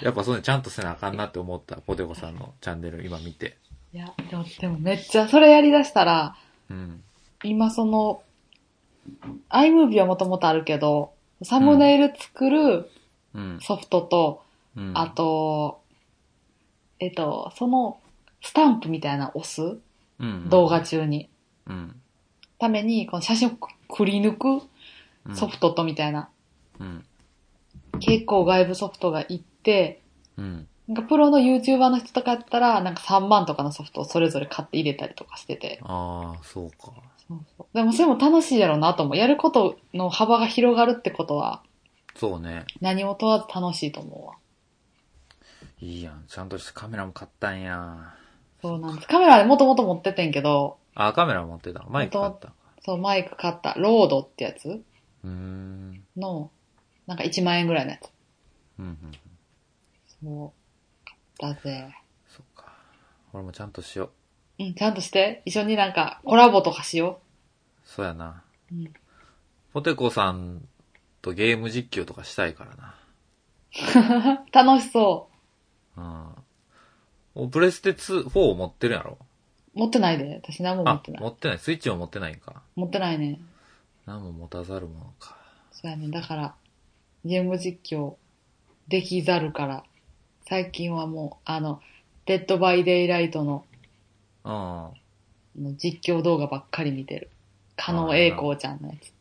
[SPEAKER 1] やっぱそういうのちゃんとせなあかんなって思った、ポテコさんのチャンネル今見て。
[SPEAKER 2] いや、でも、でもめっちゃ、それやりだしたら、
[SPEAKER 1] うん。
[SPEAKER 2] 今その、iMovie はもともとあるけど、サムネイル作る
[SPEAKER 1] うん。
[SPEAKER 2] ソフトと、
[SPEAKER 1] うん。
[SPEAKER 2] あと、えっと、その、スタンプみたいなの押す、
[SPEAKER 1] うん、
[SPEAKER 2] 動画中に。
[SPEAKER 1] うん。
[SPEAKER 2] ために、この写真をくくり抜く
[SPEAKER 1] うん。
[SPEAKER 2] ソフトとみたいな、
[SPEAKER 1] うん。
[SPEAKER 2] 結構外部ソフトがいって、
[SPEAKER 1] うん。
[SPEAKER 2] なんかプロの YouTuber の人とかやったら、なんか3万とかのソフトをそれぞれ買って入れたりとかしてて。
[SPEAKER 1] ああ、そうか。
[SPEAKER 2] そうそうでもそれも楽しいやろうなと思う。やることの幅が広がるってことは、
[SPEAKER 1] そうね。
[SPEAKER 2] 何も問わず楽しいと思うわ。
[SPEAKER 1] いいやん。ちゃんとしてカメラも買ったんや。
[SPEAKER 2] そうなんです。カメラでもともと持っててんけど、
[SPEAKER 1] あ、カメラ持ってた。マイク買った。
[SPEAKER 2] そう、マイク買った、ロードってやつ
[SPEAKER 1] うーん。
[SPEAKER 2] の、なんか1万円ぐらいのやつ。
[SPEAKER 1] うんうん。
[SPEAKER 2] そう、買ったぜ。
[SPEAKER 1] そっか。俺もちゃんとしよ
[SPEAKER 2] うん、ちゃんとして。一緒になんかコラボとかしよ
[SPEAKER 1] う。そうやな。
[SPEAKER 2] うん
[SPEAKER 1] ポテコさんとゲーム実況とかしたいからな。
[SPEAKER 2] 楽しそ
[SPEAKER 1] うん。おプレステ2、4を持ってるやろ
[SPEAKER 2] う。持ってないで。私何も持
[SPEAKER 1] あ
[SPEAKER 2] って、ない。
[SPEAKER 1] 持ってない。スイッチも持ってないんか。
[SPEAKER 2] 持ってないね。
[SPEAKER 1] 何も持たざるものか。
[SPEAKER 2] そうやね。だから、ゲーム実況できざるから。最近はもう、あの、デッドバイデイライトの
[SPEAKER 1] うん。
[SPEAKER 2] あの実況動画ばっかり見てる。加納栄光ちゃんのやつ。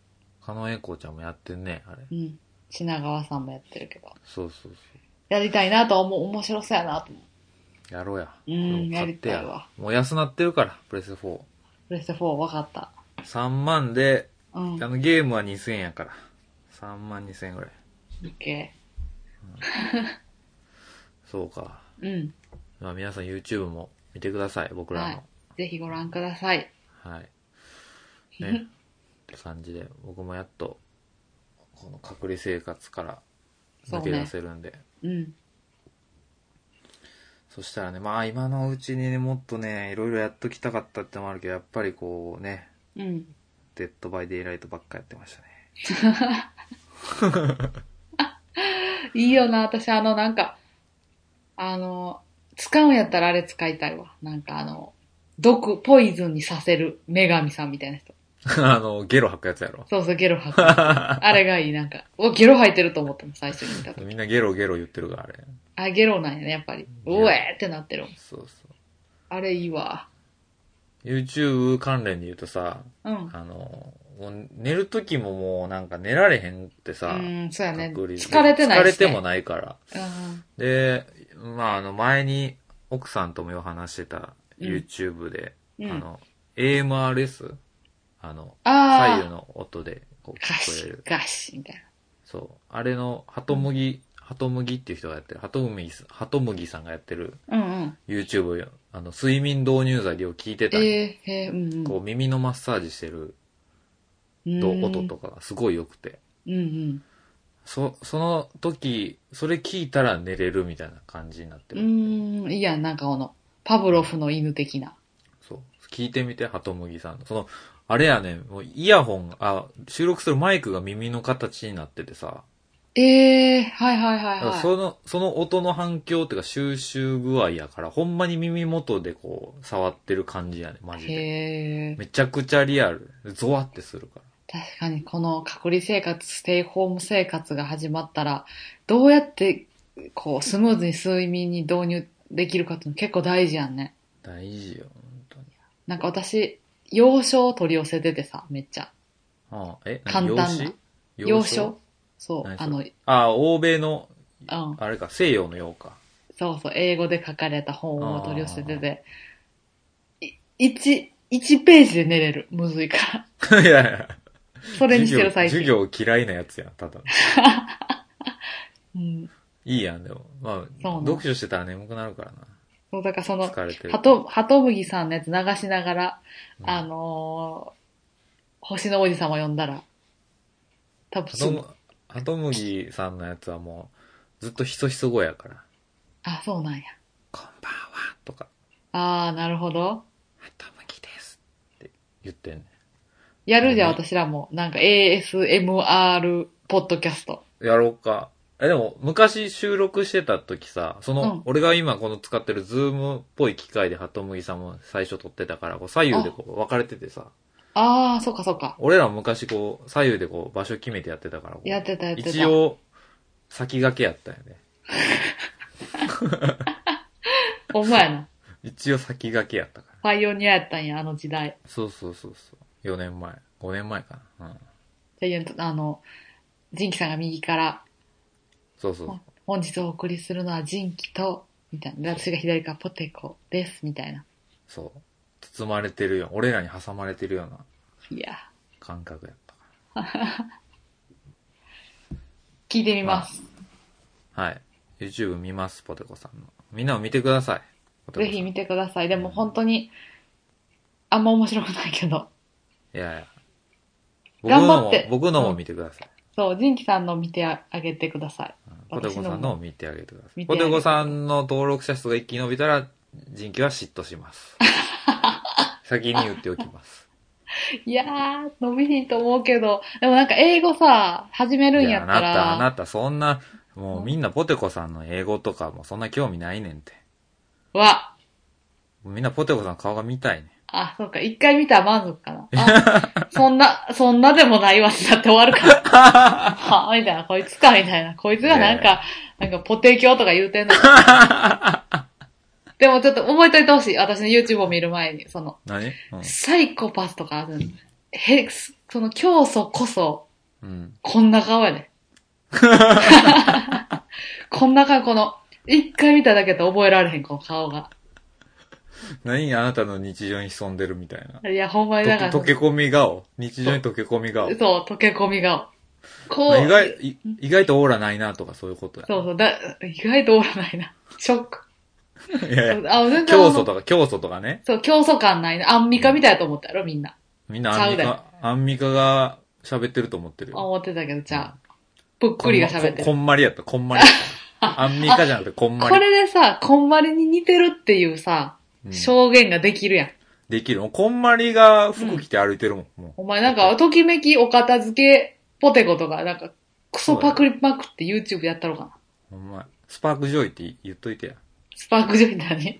[SPEAKER 1] 狩野英孝ちゃんもやってんね、あれ。
[SPEAKER 2] うん。品川さんもやってるけど。
[SPEAKER 1] そうそうそ
[SPEAKER 2] やりたいなとは思う。面白そうやなと思う。
[SPEAKER 1] う。やろうや。
[SPEAKER 2] うん
[SPEAKER 1] これを買って
[SPEAKER 2] やりたいわ
[SPEAKER 1] もう安なってるから、プレステ4。
[SPEAKER 2] プレステ4わかった。
[SPEAKER 1] 3万で、
[SPEAKER 2] うん。オ
[SPEAKER 1] あのゲームは2000円やから。3万2000円ぐらい。
[SPEAKER 2] ッケ
[SPEAKER 1] そうか。
[SPEAKER 2] ー。うん。
[SPEAKER 1] まあ皆さん YouTube も見てください、僕らの。
[SPEAKER 2] ぜひご覧ください。
[SPEAKER 1] はい。ね。って感じで、僕もやっと、この隔離生活から抜け出せるんで。そ,、
[SPEAKER 2] うん。
[SPEAKER 1] したらね、まあ今のうちにね、もっとね、いろいろやっときたかったってのもあるけど、やっぱりこうね、
[SPEAKER 2] うん。
[SPEAKER 1] デッドバイデイライトばっかやってましたね。
[SPEAKER 2] いいよな、私あの、なんか、あの、使うんやったらあれ使いたいわ。なんかあの、毒、ポイズンにさせる女神さんみたいな人。
[SPEAKER 1] あの、ゲロ吐くやつやろ。
[SPEAKER 2] そうそう、ゲロ 吐く。あれがいい、なんか。お、ゲロ吐いてると思ったもん、最初に見た時。
[SPEAKER 1] みんなゲロゲロ言ってるから、あれ。
[SPEAKER 2] あ、ゲロなんやね、やっぱり。うえーってなってるもん。
[SPEAKER 1] そうそう。
[SPEAKER 2] あれいいわ。
[SPEAKER 1] YouTube 関連で言うとさ、
[SPEAKER 2] うん。
[SPEAKER 1] あの、もう寝る時ももうなんか寝られへんって
[SPEAKER 2] う
[SPEAKER 1] さ、
[SPEAKER 2] ん、そうやね。
[SPEAKER 1] 隔離
[SPEAKER 2] 疲れてないし、
[SPEAKER 1] 疲
[SPEAKER 2] ね。
[SPEAKER 1] れてもないから。
[SPEAKER 2] うん。
[SPEAKER 1] で、まああの前に奥さんともよう話してた
[SPEAKER 2] うん
[SPEAKER 1] YouTube で、
[SPEAKER 2] うん
[SPEAKER 1] あの、AMRS? あの、左右
[SPEAKER 2] ああ。
[SPEAKER 1] の音でこう
[SPEAKER 2] ガ
[SPEAKER 1] 聞こえ
[SPEAKER 2] シ
[SPEAKER 1] る。
[SPEAKER 2] ガシみたいな。
[SPEAKER 1] そう。あれの、鳩麦、鳩麦っていう人がやってる、鳩麦さん、鳩麦さんがやってる
[SPEAKER 2] うんうん。
[SPEAKER 1] YouTube、あの、睡眠導入剤でよう聞いてたんよ
[SPEAKER 2] えー、えー、うんうん。
[SPEAKER 1] こう耳のマッサージしてる
[SPEAKER 2] うん
[SPEAKER 1] と音と。かがすごい良くて。
[SPEAKER 2] うんうん。
[SPEAKER 1] そ、その時、それ聞いたら寝れるみたいな感じになって
[SPEAKER 2] う
[SPEAKER 1] る。
[SPEAKER 2] ーん、いいやん、なんかこの、パブロフの犬的な。
[SPEAKER 1] そう。聞いてみて、ハトムギさんの。その、あれやね、もうイヤホン、あ、収録するマイクが耳の形になっててさ、
[SPEAKER 2] ええはいはいは
[SPEAKER 1] だ
[SPEAKER 2] い
[SPEAKER 1] から
[SPEAKER 2] はい。
[SPEAKER 1] その、その音の反響っていうか収集具合やから、ほんまに耳元でこう、触ってる感じやね、マジで。
[SPEAKER 2] へえ、
[SPEAKER 1] めちゃくちゃリアル。ゾワってするから。
[SPEAKER 2] 確かにこの隔離生活、ステイホーム生活が始まったら、どうやって、こう、スムーズに睡眠に導入できるかっていうの結構大事やんね。
[SPEAKER 1] 大事よ、本当に。
[SPEAKER 2] なんか私、洋書を取り寄せててさ、めっちゃ。
[SPEAKER 1] ああえ
[SPEAKER 2] 簡単な
[SPEAKER 1] 洋
[SPEAKER 2] 洋
[SPEAKER 1] 書
[SPEAKER 2] 書そう、
[SPEAKER 1] 何それ
[SPEAKER 2] あの、う
[SPEAKER 1] ああ、欧米の、
[SPEAKER 2] ん。
[SPEAKER 1] あれか、西洋の洋か。
[SPEAKER 2] そうそう、英語で書かれた本を取り寄せてて、い一、一ページで寝れる。むずいから。
[SPEAKER 1] いやいや。
[SPEAKER 2] それにしてる最近。
[SPEAKER 1] 授業授業嫌いなやつやん、ただの。
[SPEAKER 2] うん。
[SPEAKER 1] いいやん、でも。ま
[SPEAKER 2] そう
[SPEAKER 1] あ、
[SPEAKER 2] なの
[SPEAKER 1] 読書してたら眠くなるから
[SPEAKER 2] そう、だからそ
[SPEAKER 1] な。
[SPEAKER 2] の、
[SPEAKER 1] 疲れてる。
[SPEAKER 2] はと、はとむぎさんのやつ流しながら、
[SPEAKER 1] うん
[SPEAKER 2] あのー星の王子様呼んだら、多分す
[SPEAKER 1] 鳩
[SPEAKER 2] ぐ
[SPEAKER 1] む、ハトムギさんのやつはもう、ずっとひそひそ声やから。
[SPEAKER 2] あ、そうなんや。
[SPEAKER 1] こんばんは、とか、
[SPEAKER 2] あー、なるほど。
[SPEAKER 1] ハトムギですって言ってんね。
[SPEAKER 2] やるじゃん、
[SPEAKER 1] うん
[SPEAKER 2] 私らも。なんか ASMR ポッドキャスト。
[SPEAKER 1] やろうか。え、でも、昔収録してた時さ、その、
[SPEAKER 2] うん
[SPEAKER 1] 俺が今この使ってるズームっぽい機械でハトムギさんも最初撮ってたから、こう左右でこう分かれててさ、
[SPEAKER 2] あー、そっかそっか。
[SPEAKER 1] 俺らも昔こう、左右でこう、場所決めてやってたから、こう
[SPEAKER 2] やってたやってた。
[SPEAKER 1] 一応、先駆けやったよね。
[SPEAKER 2] ほんまや な。
[SPEAKER 1] 一応先駆けやったから。
[SPEAKER 2] パイオニアやったんや、あの時代。
[SPEAKER 1] そうそうそうそう。4年前。5年前かな。うん。
[SPEAKER 2] じゃあ、あの、ジンキさんが右から、
[SPEAKER 1] そうそう
[SPEAKER 2] ほ。本日お送りするのはジンキと、みたいな。で私が左からポテコです、みたいな。
[SPEAKER 1] そう。包まれてるよ。俺らに挟まれてるようない
[SPEAKER 2] やー。
[SPEAKER 1] 感覚やったか
[SPEAKER 2] 聞いてみます。
[SPEAKER 1] ら。はい。YouTube 見ます、ポテコさんの。みんなも見てください。ポテコ
[SPEAKER 2] ぜ
[SPEAKER 1] さん
[SPEAKER 2] ひ見てください。でも本当に、あんま面白くないけど。
[SPEAKER 1] いやいや。僕の
[SPEAKER 2] 頑張っ
[SPEAKER 1] も
[SPEAKER 2] て、
[SPEAKER 1] 僕のも見てください。
[SPEAKER 2] そう、ジンキさんの見てあげてください。
[SPEAKER 1] ポテコさん
[SPEAKER 2] 私の
[SPEAKER 1] の
[SPEAKER 2] も
[SPEAKER 1] を見てあげてください。
[SPEAKER 2] 見て
[SPEAKER 1] ポ
[SPEAKER 2] あげて
[SPEAKER 1] テコさんの登録者数が一 気に伸びたら、人気は嫉妬します。先に言っておきます。
[SPEAKER 2] いやー、伸びひんと思うけど、でもなんか英語さ、始めるん
[SPEAKER 1] い
[SPEAKER 2] や
[SPEAKER 1] あ
[SPEAKER 2] った
[SPEAKER 1] なた、あ
[SPEAKER 2] ら、
[SPEAKER 1] なた、そんな、もうみんなポテコさんの英語とかもそんな興味ないねんて。
[SPEAKER 2] わ、
[SPEAKER 1] みんなポテコさんの顔が見たいね。
[SPEAKER 2] あ、そうか、一回見たら満足かな。あそんな、 そんなでもないわってなって終わ るから。はあ、みたいな、こいつか、みたいな。こいつがなんか、なんかポテ教とか言うてんのか。 でもちょっと覚えといてほしい。私の YouTube を見る前に、その、
[SPEAKER 1] 何
[SPEAKER 2] サイコパスとかあるのへ、その教祖こそ、
[SPEAKER 1] うん。うん。
[SPEAKER 2] こんな顔やね。こんな顔、この、一回見ただけで覚えられへん、この顔が。
[SPEAKER 1] 何あなたの日常に潜んでるみたいな。
[SPEAKER 2] いや、ほんまにだから、
[SPEAKER 1] と
[SPEAKER 2] そ
[SPEAKER 1] 溶
[SPEAKER 2] う、
[SPEAKER 1] け込み顔。日常に溶け込み顔。
[SPEAKER 2] 溶け込み顔。こ
[SPEAKER 1] ま
[SPEAKER 2] う、
[SPEAKER 1] あ意外、い意外とオーラないなとかそういうことや。
[SPEAKER 2] そうそう、だ、意外とおらないな。ショック。
[SPEAKER 1] いやいや、
[SPEAKER 2] あ、全然
[SPEAKER 1] 教祖
[SPEAKER 2] か。
[SPEAKER 1] とか、教祖とかね。
[SPEAKER 2] そう、競争感ないな。アンミカみたいだと思ったやろ、みんな。
[SPEAKER 1] みんなアンミ
[SPEAKER 2] ちゃう
[SPEAKER 1] カ、アンミカが喋ってると思ってるよ。
[SPEAKER 2] 思ってたけど、じゃあ、ぷっくりが喋っ
[SPEAKER 1] こんま
[SPEAKER 2] て
[SPEAKER 1] ここ
[SPEAKER 2] る。
[SPEAKER 1] んまりやった、こんまりやった。アンミカじゃなくて、こんま
[SPEAKER 2] こ
[SPEAKER 1] り。
[SPEAKER 2] れでさ、こんまりに似てるっていうさ、
[SPEAKER 1] うん
[SPEAKER 2] 証言ができるやん。
[SPEAKER 1] できる。もうこんまりが服着て歩いてるもん。も
[SPEAKER 2] お前なんか、ときめきお片付けポテコとか、なんか、クソパクリパクって YouTube やったろかな。
[SPEAKER 1] うほんま、スパークジョイって言っといてや。
[SPEAKER 2] スパークジョイ何
[SPEAKER 1] い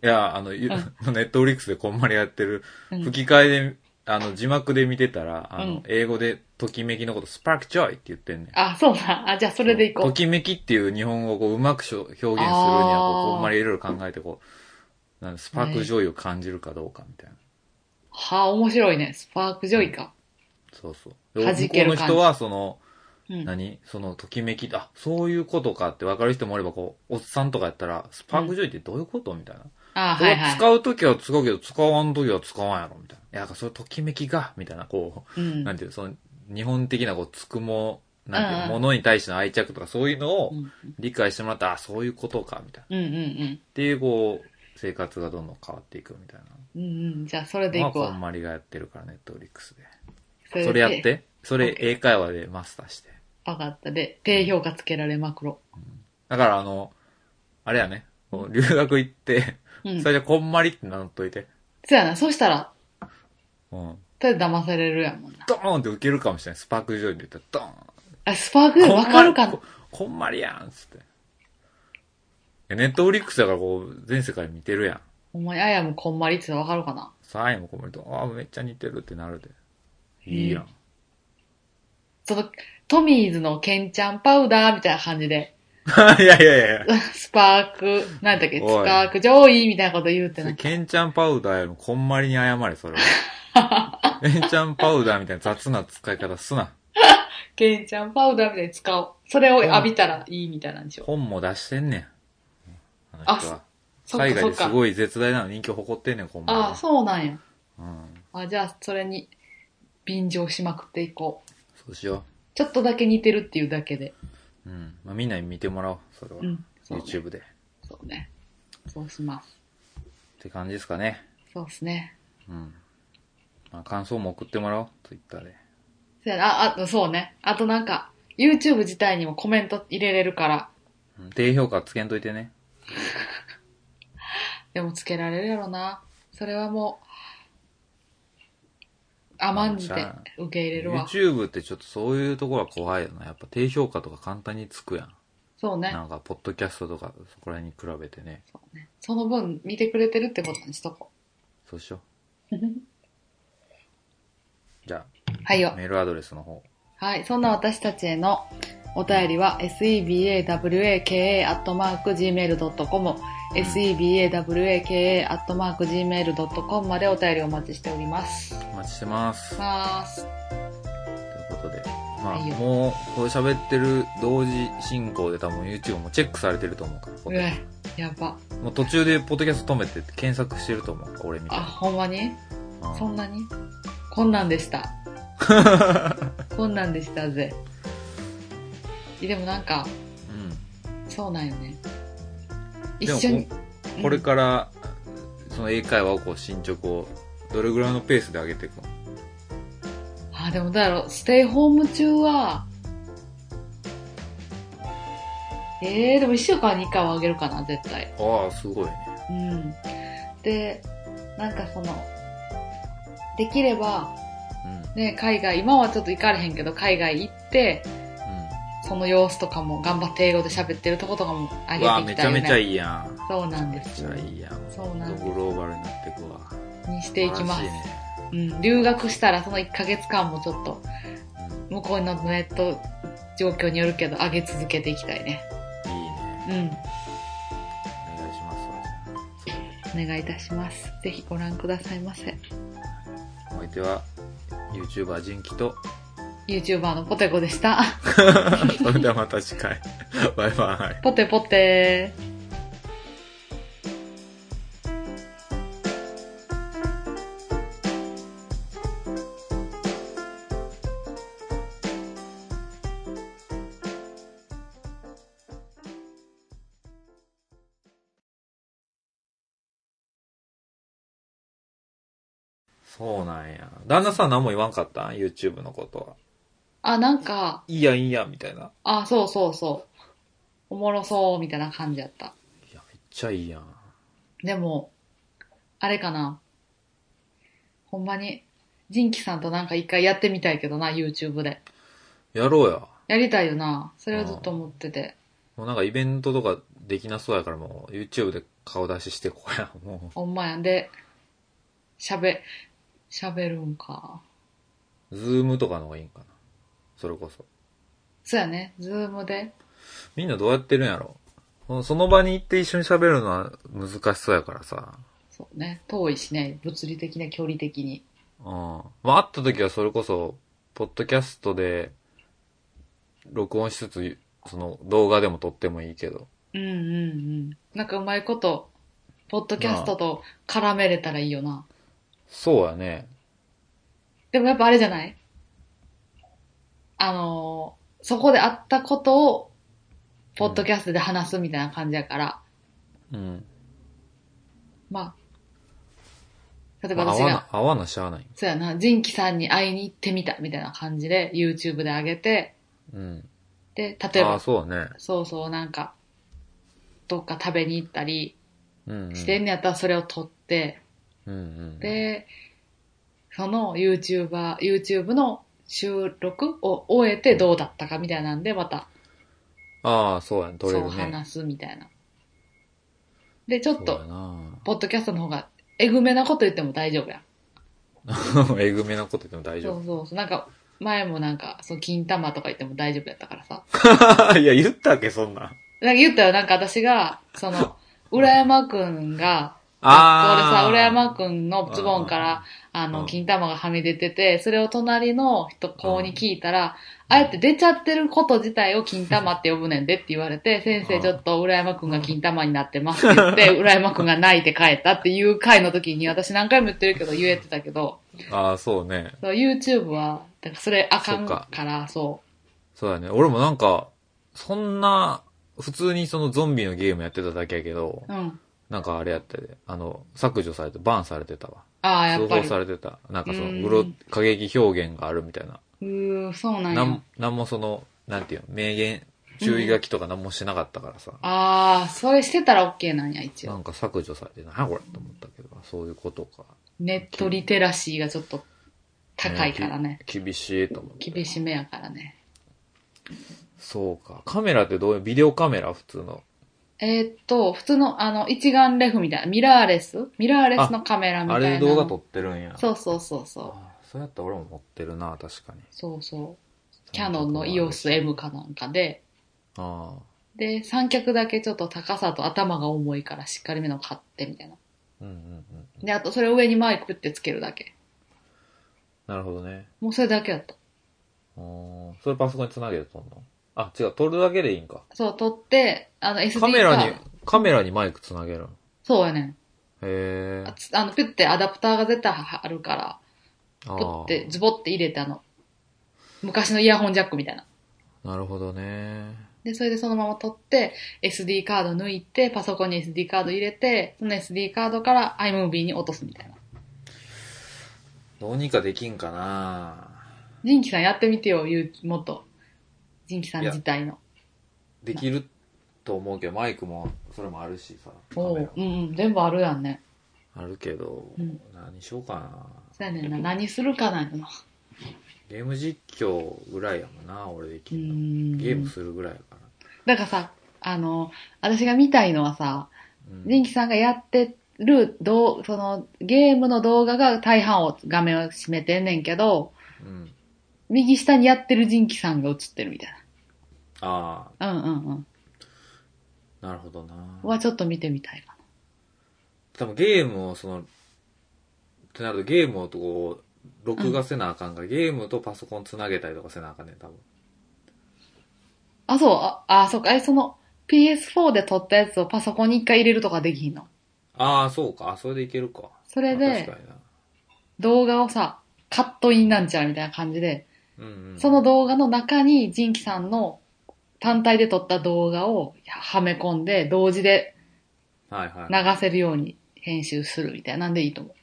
[SPEAKER 1] や、あの、ゆ
[SPEAKER 2] う
[SPEAKER 1] ネ
[SPEAKER 2] ん
[SPEAKER 1] ットフリックスでこんまりやってる、
[SPEAKER 2] うん
[SPEAKER 1] 吹き替えで、あの、字幕で見てたら、あ
[SPEAKER 2] うん
[SPEAKER 1] の、英語で、ときめきのこと、スパークジョイって言ってんねん。
[SPEAKER 2] あ、そうな。あ、じゃあそれでいことう。
[SPEAKER 1] きめきっていう日本語をこううまくしょ表現するにはこ
[SPEAKER 2] あー
[SPEAKER 1] う、こんまりいろいろ考えてこう、なんかスパークジョイを感じるかどうかみたいな。
[SPEAKER 2] はあ、面白いね。スパークジョイか。
[SPEAKER 1] そうそう。で
[SPEAKER 2] 弾
[SPEAKER 1] 向こ
[SPEAKER 2] け
[SPEAKER 1] うの
[SPEAKER 2] る感じ
[SPEAKER 1] 人は、その、
[SPEAKER 2] うん。
[SPEAKER 1] 何その、ときめき、あ、そういうことかって分かる人もおれば、こう、おっさんとかやったら、スパークジョイってどういうことみたいな。
[SPEAKER 2] あ、はい
[SPEAKER 1] こ
[SPEAKER 2] は
[SPEAKER 1] れ
[SPEAKER 2] い。
[SPEAKER 1] 使うときは使うけど、使わんときは使わんやろみたいな。いや、なんかそれときめきが、みたいな、こ
[SPEAKER 2] う
[SPEAKER 1] う、
[SPEAKER 2] ん。
[SPEAKER 1] なんていう、その、日本的な、こう、つくも、なんていう、
[SPEAKER 2] うんうん
[SPEAKER 1] ものに対しての愛着とか、そういうのを
[SPEAKER 2] うんうん
[SPEAKER 1] 理解してもらったら、あ、そういうことか、みたいな。
[SPEAKER 2] うんうん
[SPEAKER 1] っていう、こう、生活がどんどん変わっていくみたいな。
[SPEAKER 2] うん。うんうん。じゃあそれで
[SPEAKER 1] まあ、
[SPEAKER 2] いく
[SPEAKER 1] こん
[SPEAKER 2] わ。
[SPEAKER 1] まりがやってるから、ネットフリックスで。
[SPEAKER 2] そで
[SPEAKER 1] それやっ。て。そ
[SPEAKER 2] オッ
[SPEAKER 1] れ、
[SPEAKER 2] ケー
[SPEAKER 1] 英会話でマスターして。
[SPEAKER 2] わかった。で、低評価つけられまくろ
[SPEAKER 1] だからあの、あれやね、こう留学行って、
[SPEAKER 2] う。うん。
[SPEAKER 1] そ
[SPEAKER 2] そ
[SPEAKER 1] れじゃこんまりって名乗っといて、
[SPEAKER 2] うやな。そうしたら、
[SPEAKER 1] うん。
[SPEAKER 2] とりあえず騙されるやもんな。
[SPEAKER 1] ドーンって受けるかもしれない。スパークジョイで言ったら、
[SPEAKER 2] あ、スパーク
[SPEAKER 1] ド
[SPEAKER 2] ジ
[SPEAKER 1] ー
[SPEAKER 2] ョ
[SPEAKER 1] ン
[SPEAKER 2] イわかるか
[SPEAKER 1] こんまり
[SPEAKER 2] な
[SPEAKER 1] こんまりやんっつって。いやネットフリックスだからこう、全世界見てるやん。
[SPEAKER 2] お前、あやもこんまりって言ったらわかるかな
[SPEAKER 1] サインもこんまりと、ああ、めっちゃ似てるってなるで。いいやん。
[SPEAKER 2] その、トミーズのケンちゃんパウダーみたいな感じで、
[SPEAKER 1] いやいやいやい
[SPEAKER 2] スパーク、なんだっけ、ス
[SPEAKER 1] おい
[SPEAKER 2] パーク上位みたいなこと言うて
[SPEAKER 1] や。
[SPEAKER 2] な
[SPEAKER 1] それ
[SPEAKER 2] んか。
[SPEAKER 1] ケンちゃんパウダーよりもこんまりに謝れ、それ は。ケンちゃんパウダーみたいな雑な使い方すな。
[SPEAKER 2] ケンちゃんパウダーみたいに使おう。それを浴びたらいいみたいなんでしょ。
[SPEAKER 1] 本も出してんねん。あの人は。
[SPEAKER 2] そっ
[SPEAKER 1] 海外
[SPEAKER 2] かそっ
[SPEAKER 1] です
[SPEAKER 2] か。
[SPEAKER 1] ごい絶大な人気を誇ってんねん、こんばん
[SPEAKER 2] ああ、
[SPEAKER 1] は。
[SPEAKER 2] そうなんや。
[SPEAKER 1] うん。
[SPEAKER 2] あじゃあ、それに、便乗しまくっていこう。
[SPEAKER 1] そうしよ
[SPEAKER 2] ちょっとだけ似てるっていうだけで。
[SPEAKER 1] う。うん。まあ、みんなに見てもらおう、それは。
[SPEAKER 2] うん。そうね。
[SPEAKER 1] YouTube で。っ
[SPEAKER 2] そうね。そうします。
[SPEAKER 1] て感じですかね。
[SPEAKER 2] そうっすね。
[SPEAKER 1] うん。まあ、感想も送ってもらおう、Twitter で。
[SPEAKER 2] そやなあ、あ、そうね。あとなんか、YouTube 自体にもコメント入れれるから、
[SPEAKER 1] うん低評価つけんといてね。
[SPEAKER 2] でもつけられるやろな。それはもう、甘んじ
[SPEAKER 1] まあ
[SPEAKER 2] て
[SPEAKER 1] しゃ
[SPEAKER 2] 受け入れるわ。
[SPEAKER 1] YouTube ってちょっとそういうところは怖いよな。やっぱ低評価とか簡単につくやん。
[SPEAKER 2] そうね
[SPEAKER 1] な。んか、ポッドキャストとか、そこら辺に比べてね。
[SPEAKER 2] そうね。その分見てくれてるってことにしとこ
[SPEAKER 1] そうしよ
[SPEAKER 2] う。
[SPEAKER 1] う。じゃ
[SPEAKER 2] はい
[SPEAKER 1] あ、
[SPEAKER 2] よ。
[SPEAKER 1] メールアドレスの方。
[SPEAKER 2] はい。そんな私たちへのお便りは sebawaka.gmail.com sebawaka.gmail.com までお便りお待ちしております。
[SPEAKER 1] お待ちしてます。
[SPEAKER 2] ます。
[SPEAKER 1] ということで、まあ、
[SPEAKER 2] はいよ
[SPEAKER 1] もう、こう喋ってる同時進行で多分 YouTube もチェックされてると思うからポ
[SPEAKER 2] う
[SPEAKER 1] ッド
[SPEAKER 2] え、やば。
[SPEAKER 1] もう途中でポッドキャスト止めて検索してると思うから俺みたい
[SPEAKER 2] あ、
[SPEAKER 1] な。
[SPEAKER 2] ほんまに
[SPEAKER 1] うん
[SPEAKER 2] そんなにこんなん でした。こんなんでしたぜ。えでもなんか、
[SPEAKER 1] うん。
[SPEAKER 2] そうなんよね。
[SPEAKER 1] で
[SPEAKER 2] 一
[SPEAKER 1] も
[SPEAKER 2] 緒に。
[SPEAKER 1] ここれから、その英会話をこう進捗を、どれぐらいのペースで上げていくの
[SPEAKER 2] あ、でもどうやろう、ステイホーム中は、えー、でも1週間に1回はあげるかな、絶対。
[SPEAKER 1] ああ、すごいね。
[SPEAKER 2] うん。で、なんかその、できれば、
[SPEAKER 1] うん。うん。
[SPEAKER 2] ね、海外、今はちょっと行かれへんけど、海外行って、その様子とかも頑張って英語で喋ってるとことかも
[SPEAKER 1] う
[SPEAKER 2] 上
[SPEAKER 1] わ、
[SPEAKER 2] げて
[SPEAKER 1] めちゃ
[SPEAKER 2] いきたいよね。
[SPEAKER 1] めちゃいいやん。
[SPEAKER 2] そうなん
[SPEAKER 1] め
[SPEAKER 2] で
[SPEAKER 1] っ
[SPEAKER 2] す
[SPEAKER 1] ち
[SPEAKER 2] よ
[SPEAKER 1] ゃ。いいやん。
[SPEAKER 2] そうなんです
[SPEAKER 1] ほんとグローバルになってくわ。
[SPEAKER 2] にしていきます
[SPEAKER 1] 素晴らしい。ね
[SPEAKER 2] うん。留学したらその1ヶ月間もちょっと、
[SPEAKER 1] うん
[SPEAKER 2] 向こうのネット状況によるけど、上げ続けていきたいね。
[SPEAKER 1] いいね。
[SPEAKER 2] うん。
[SPEAKER 1] お願いしますわじゃ
[SPEAKER 2] お願いいたします。ぜひご覧くださいませ。
[SPEAKER 1] あ。お相手は、YouTuber 人気と、
[SPEAKER 2] YouTuber のポテコでした。
[SPEAKER 1] それではまた次回。 バイバイ。
[SPEAKER 2] ポテポテー。
[SPEAKER 1] そうなんや。旦那さん何も言わんかった ?YouTube のことは。
[SPEAKER 2] あ、なんか、
[SPEAKER 1] いいやんいいやんみたいな。
[SPEAKER 2] あ、そうそうそう。おもろそう、みたいな感じやった。
[SPEAKER 1] いや、めっちゃいいやん。
[SPEAKER 2] でも、あれかな。ほんまに、ジンキさんとなんか一回やってみたいけどな、YouTube で。
[SPEAKER 1] やろうや。
[SPEAKER 2] やりたいよな。それをずっと思ってて。
[SPEAKER 1] もうなんかイベントとかできなそうやからもう YouTube で顔出ししてこうや。 も
[SPEAKER 2] ほんまやんで、喋、喋るんか。
[SPEAKER 1] う、ズームとかの方がいいんかな。それこそ。
[SPEAKER 2] そうやね。ズームで。
[SPEAKER 1] みんなどうやってるんやろそのその場に行って一緒に喋るのは難しそうやからさ。
[SPEAKER 2] そうね。遠いしね。物理的な距離的に。
[SPEAKER 1] うん。まあ、会った時はそれこそ、ポッドキャストで、録音しつつ、その動画でも撮ってもいいけど。
[SPEAKER 2] うんうんうん。なんかうまいこと、ポッドキャストと絡めれたらいいよな。
[SPEAKER 1] そうやね。
[SPEAKER 2] でもやっぱあれじゃないあのーそこで会ったことを、ポッドキャストで話すみたいな感じやから、
[SPEAKER 1] うん。
[SPEAKER 2] まあ、例え
[SPEAKER 1] ま
[SPEAKER 2] ば
[SPEAKER 1] あ、
[SPEAKER 2] 私
[SPEAKER 1] 合わな
[SPEAKER 2] が、、
[SPEAKER 1] 合わなしゃあない。
[SPEAKER 2] そうやな、ジンキさんに会いに行ってみたみたいな感じで、YouTube で上げて、
[SPEAKER 1] うん。
[SPEAKER 2] で、例え
[SPEAKER 1] ああ、
[SPEAKER 2] ば、
[SPEAKER 1] そうね。
[SPEAKER 2] そうそう、なんか、どっか食べに行ったり
[SPEAKER 1] うん、うん。
[SPEAKER 2] してんのやったらそれを撮って、
[SPEAKER 1] うんうん。
[SPEAKER 2] で、その YouTuber、YouTube の収録を終えてどうだったかみたいなんで、また
[SPEAKER 1] ああ、そうやね。撮れ
[SPEAKER 2] そう
[SPEAKER 1] るね。
[SPEAKER 2] 話すみたいな。で、ちょっ
[SPEAKER 1] そう
[SPEAKER 2] と
[SPEAKER 1] や、な。
[SPEAKER 2] ポッドキャストの方が、えぐめなこと言っても大丈夫や。
[SPEAKER 1] えぐめなこと言っても大
[SPEAKER 2] そ
[SPEAKER 1] 丈
[SPEAKER 2] うそうそう。なんか、前もなんか、その金玉とか言っても大丈夫やったからさ。
[SPEAKER 1] 夫。 いや、言ったっけ、そんなん。
[SPEAKER 2] なんか言ったらなんか私が、その、浦山くんが、学校で
[SPEAKER 1] あ
[SPEAKER 2] さ、
[SPEAKER 1] あ。
[SPEAKER 2] 浦山くんのズボンから、あ
[SPEAKER 1] う
[SPEAKER 2] の、
[SPEAKER 1] ん
[SPEAKER 2] 金玉がはみ出てて、それを隣の人、子に聞いたら、ああやって出ちゃってること自体を金玉って呼ぶねんでって言われて、先生ちょっと浦山くんが金玉になってますって 言って、浦山くんが泣いて帰ったっていう回の時に、私何回も言ってるけど言えてたけど、
[SPEAKER 1] ああ、そうね。
[SPEAKER 2] そう YouTube は、だからそれあかん
[SPEAKER 1] そっか
[SPEAKER 2] から、そ
[SPEAKER 1] そうだね。俺もなんか、そんな、普通にそのゾンビのゲームやってただけやけど
[SPEAKER 2] う。、うん。
[SPEAKER 1] なんかあれやったで、あの、削除されて、バンされてたわ。
[SPEAKER 2] ああ、や
[SPEAKER 1] 通
[SPEAKER 2] っぱ
[SPEAKER 1] 報
[SPEAKER 2] り。
[SPEAKER 1] されてた。なんかその、
[SPEAKER 2] うん
[SPEAKER 1] うろ、過激表現があるみたいな。
[SPEAKER 2] うー、そうなん
[SPEAKER 1] な
[SPEAKER 2] や
[SPEAKER 1] ん。、なんもその、なんていうの、名言、注意書きとかなんもしなかったからさ。
[SPEAKER 2] ああ、それしてたら OK なんや、一
[SPEAKER 1] な
[SPEAKER 2] 応。
[SPEAKER 1] んか削除されて、なこれと思ったけど、そういうことか。
[SPEAKER 2] ネットリテラシーがちょっと高いからね。
[SPEAKER 1] き厳しいと思って。
[SPEAKER 2] 厳しめやからね。
[SPEAKER 1] そうか。カメラってどういう、ビデオカメラ普通の。
[SPEAKER 2] えーっと、普通の、あの、一眼レフみたいな、ミラーレスミラーレスのカメラみた
[SPEAKER 1] あ
[SPEAKER 2] いな。
[SPEAKER 1] れで動画撮ってるんや。
[SPEAKER 2] そうそうそうそう。
[SPEAKER 1] あそうやったら俺も持ってるな、確かに。
[SPEAKER 2] そうそう。キャノンの EOS M かなんかで、
[SPEAKER 1] ああ。
[SPEAKER 2] で、三脚だけちょっと高さと頭が重いからしっかりめの買ってみたいな。
[SPEAKER 1] うんうんうん。
[SPEAKER 2] で、あとそれを上にマイクってつけるだけ。
[SPEAKER 1] なるほどね。
[SPEAKER 2] もうそれだけだった。
[SPEAKER 1] うーんそれパソコンにつなげて撮んのあ、違う、撮るだけでいいんか。
[SPEAKER 2] そう、撮って、あの SD
[SPEAKER 1] カメラ
[SPEAKER 2] カー
[SPEAKER 1] に、カメラにマイクつなげるの
[SPEAKER 2] そうやね。
[SPEAKER 1] へ
[SPEAKER 2] あ
[SPEAKER 1] え。
[SPEAKER 2] つあの、ピュってアダプターが絶対あるから、
[SPEAKER 1] あ
[SPEAKER 2] ピュ
[SPEAKER 1] あ
[SPEAKER 2] ってズボって入れてあの、昔のイヤホンジャックみたいな。
[SPEAKER 1] なるほどね。
[SPEAKER 2] で、それでそのまま取って、SD カード抜いて、パソコンに SD カード入れて、その SD カードから iMovie に落とすみたいな。
[SPEAKER 1] どうにかできんかな
[SPEAKER 2] ジンキさんやってみてよ、ゆうもっと。ジンキさん自体の。
[SPEAKER 1] できると思うけど、マイクも、それもあるしさ。カ
[SPEAKER 2] お
[SPEAKER 1] メ
[SPEAKER 2] う
[SPEAKER 1] ラ
[SPEAKER 2] うんうん、全部あるやんね。
[SPEAKER 1] あるけど、
[SPEAKER 2] うん
[SPEAKER 1] 何しようかな。
[SPEAKER 2] そうやねんな。何するかなんやな。
[SPEAKER 1] ゲーム実況ぐらいやもんな、俺で
[SPEAKER 2] う
[SPEAKER 1] きるの。
[SPEAKER 2] ん。
[SPEAKER 1] ゲームするぐらいやから。
[SPEAKER 2] だからさ、あの、私が見たいのはさ、
[SPEAKER 1] うん
[SPEAKER 2] 人気さんがやってる、どう、その、ゲームの動画が大半を、画面を占めてんねんけど、
[SPEAKER 1] うん。
[SPEAKER 2] 右下にやってる人気さんが映ってるみたい
[SPEAKER 1] あ
[SPEAKER 2] な。うんうんうん。
[SPEAKER 1] あ、なるほどな。
[SPEAKER 2] はちょっと見てみたいか
[SPEAKER 1] 多分ゲームをその、ってなるとゲームをこう、録画せなあかんから、ゲームとパソコンつなげたりとかせなあかんねん、多分。
[SPEAKER 2] な。あ、そう、あ、あそっか、え、その、PS4 で撮ったやつをパソコンに一回入れるとかできひんの
[SPEAKER 1] ああ、そうか。あそれでいけるか。
[SPEAKER 2] それ
[SPEAKER 1] まあ確
[SPEAKER 2] で
[SPEAKER 1] か、にな。
[SPEAKER 2] 動画をさ、カットインなんちゃらみたいな感じで、
[SPEAKER 1] うん、うん。
[SPEAKER 2] その動画の中に、ジンキさんの単体で撮った動画をはめ込んで、同時で
[SPEAKER 1] はいはい。
[SPEAKER 2] 流せるように編集するみたいなんでいいと思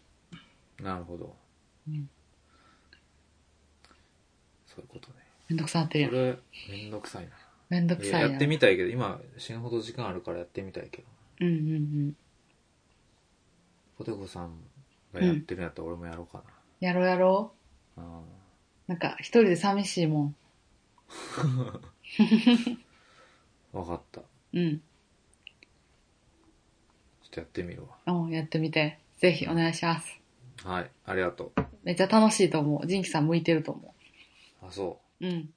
[SPEAKER 2] う。
[SPEAKER 1] なるほど。
[SPEAKER 2] うん
[SPEAKER 1] そういうことね。
[SPEAKER 2] めんどくさなってるや
[SPEAKER 1] こ
[SPEAKER 2] ん。
[SPEAKER 1] れ、めんどくさいな。
[SPEAKER 2] めんどく
[SPEAKER 1] いや
[SPEAKER 2] さい
[SPEAKER 1] や
[SPEAKER 2] やん。
[SPEAKER 1] ってみたいけど、今死ぬほど時間あるからやってみたいけど。
[SPEAKER 2] うんうんうん。
[SPEAKER 1] ポテコさんがやってるんやったら俺もやろうか
[SPEAKER 2] やろうやろ
[SPEAKER 1] な。うん
[SPEAKER 2] う。なんか、一人で寂しいもん。
[SPEAKER 1] わかった。ちょ
[SPEAKER 2] うん。
[SPEAKER 1] っとやってみる
[SPEAKER 2] うん、やってみて。ぜひお願いします。
[SPEAKER 1] わ。はい。ありがとう。
[SPEAKER 2] めっちゃ楽しいと思う。ジンキさん向いてると思
[SPEAKER 1] あ、そう。
[SPEAKER 2] う。うん。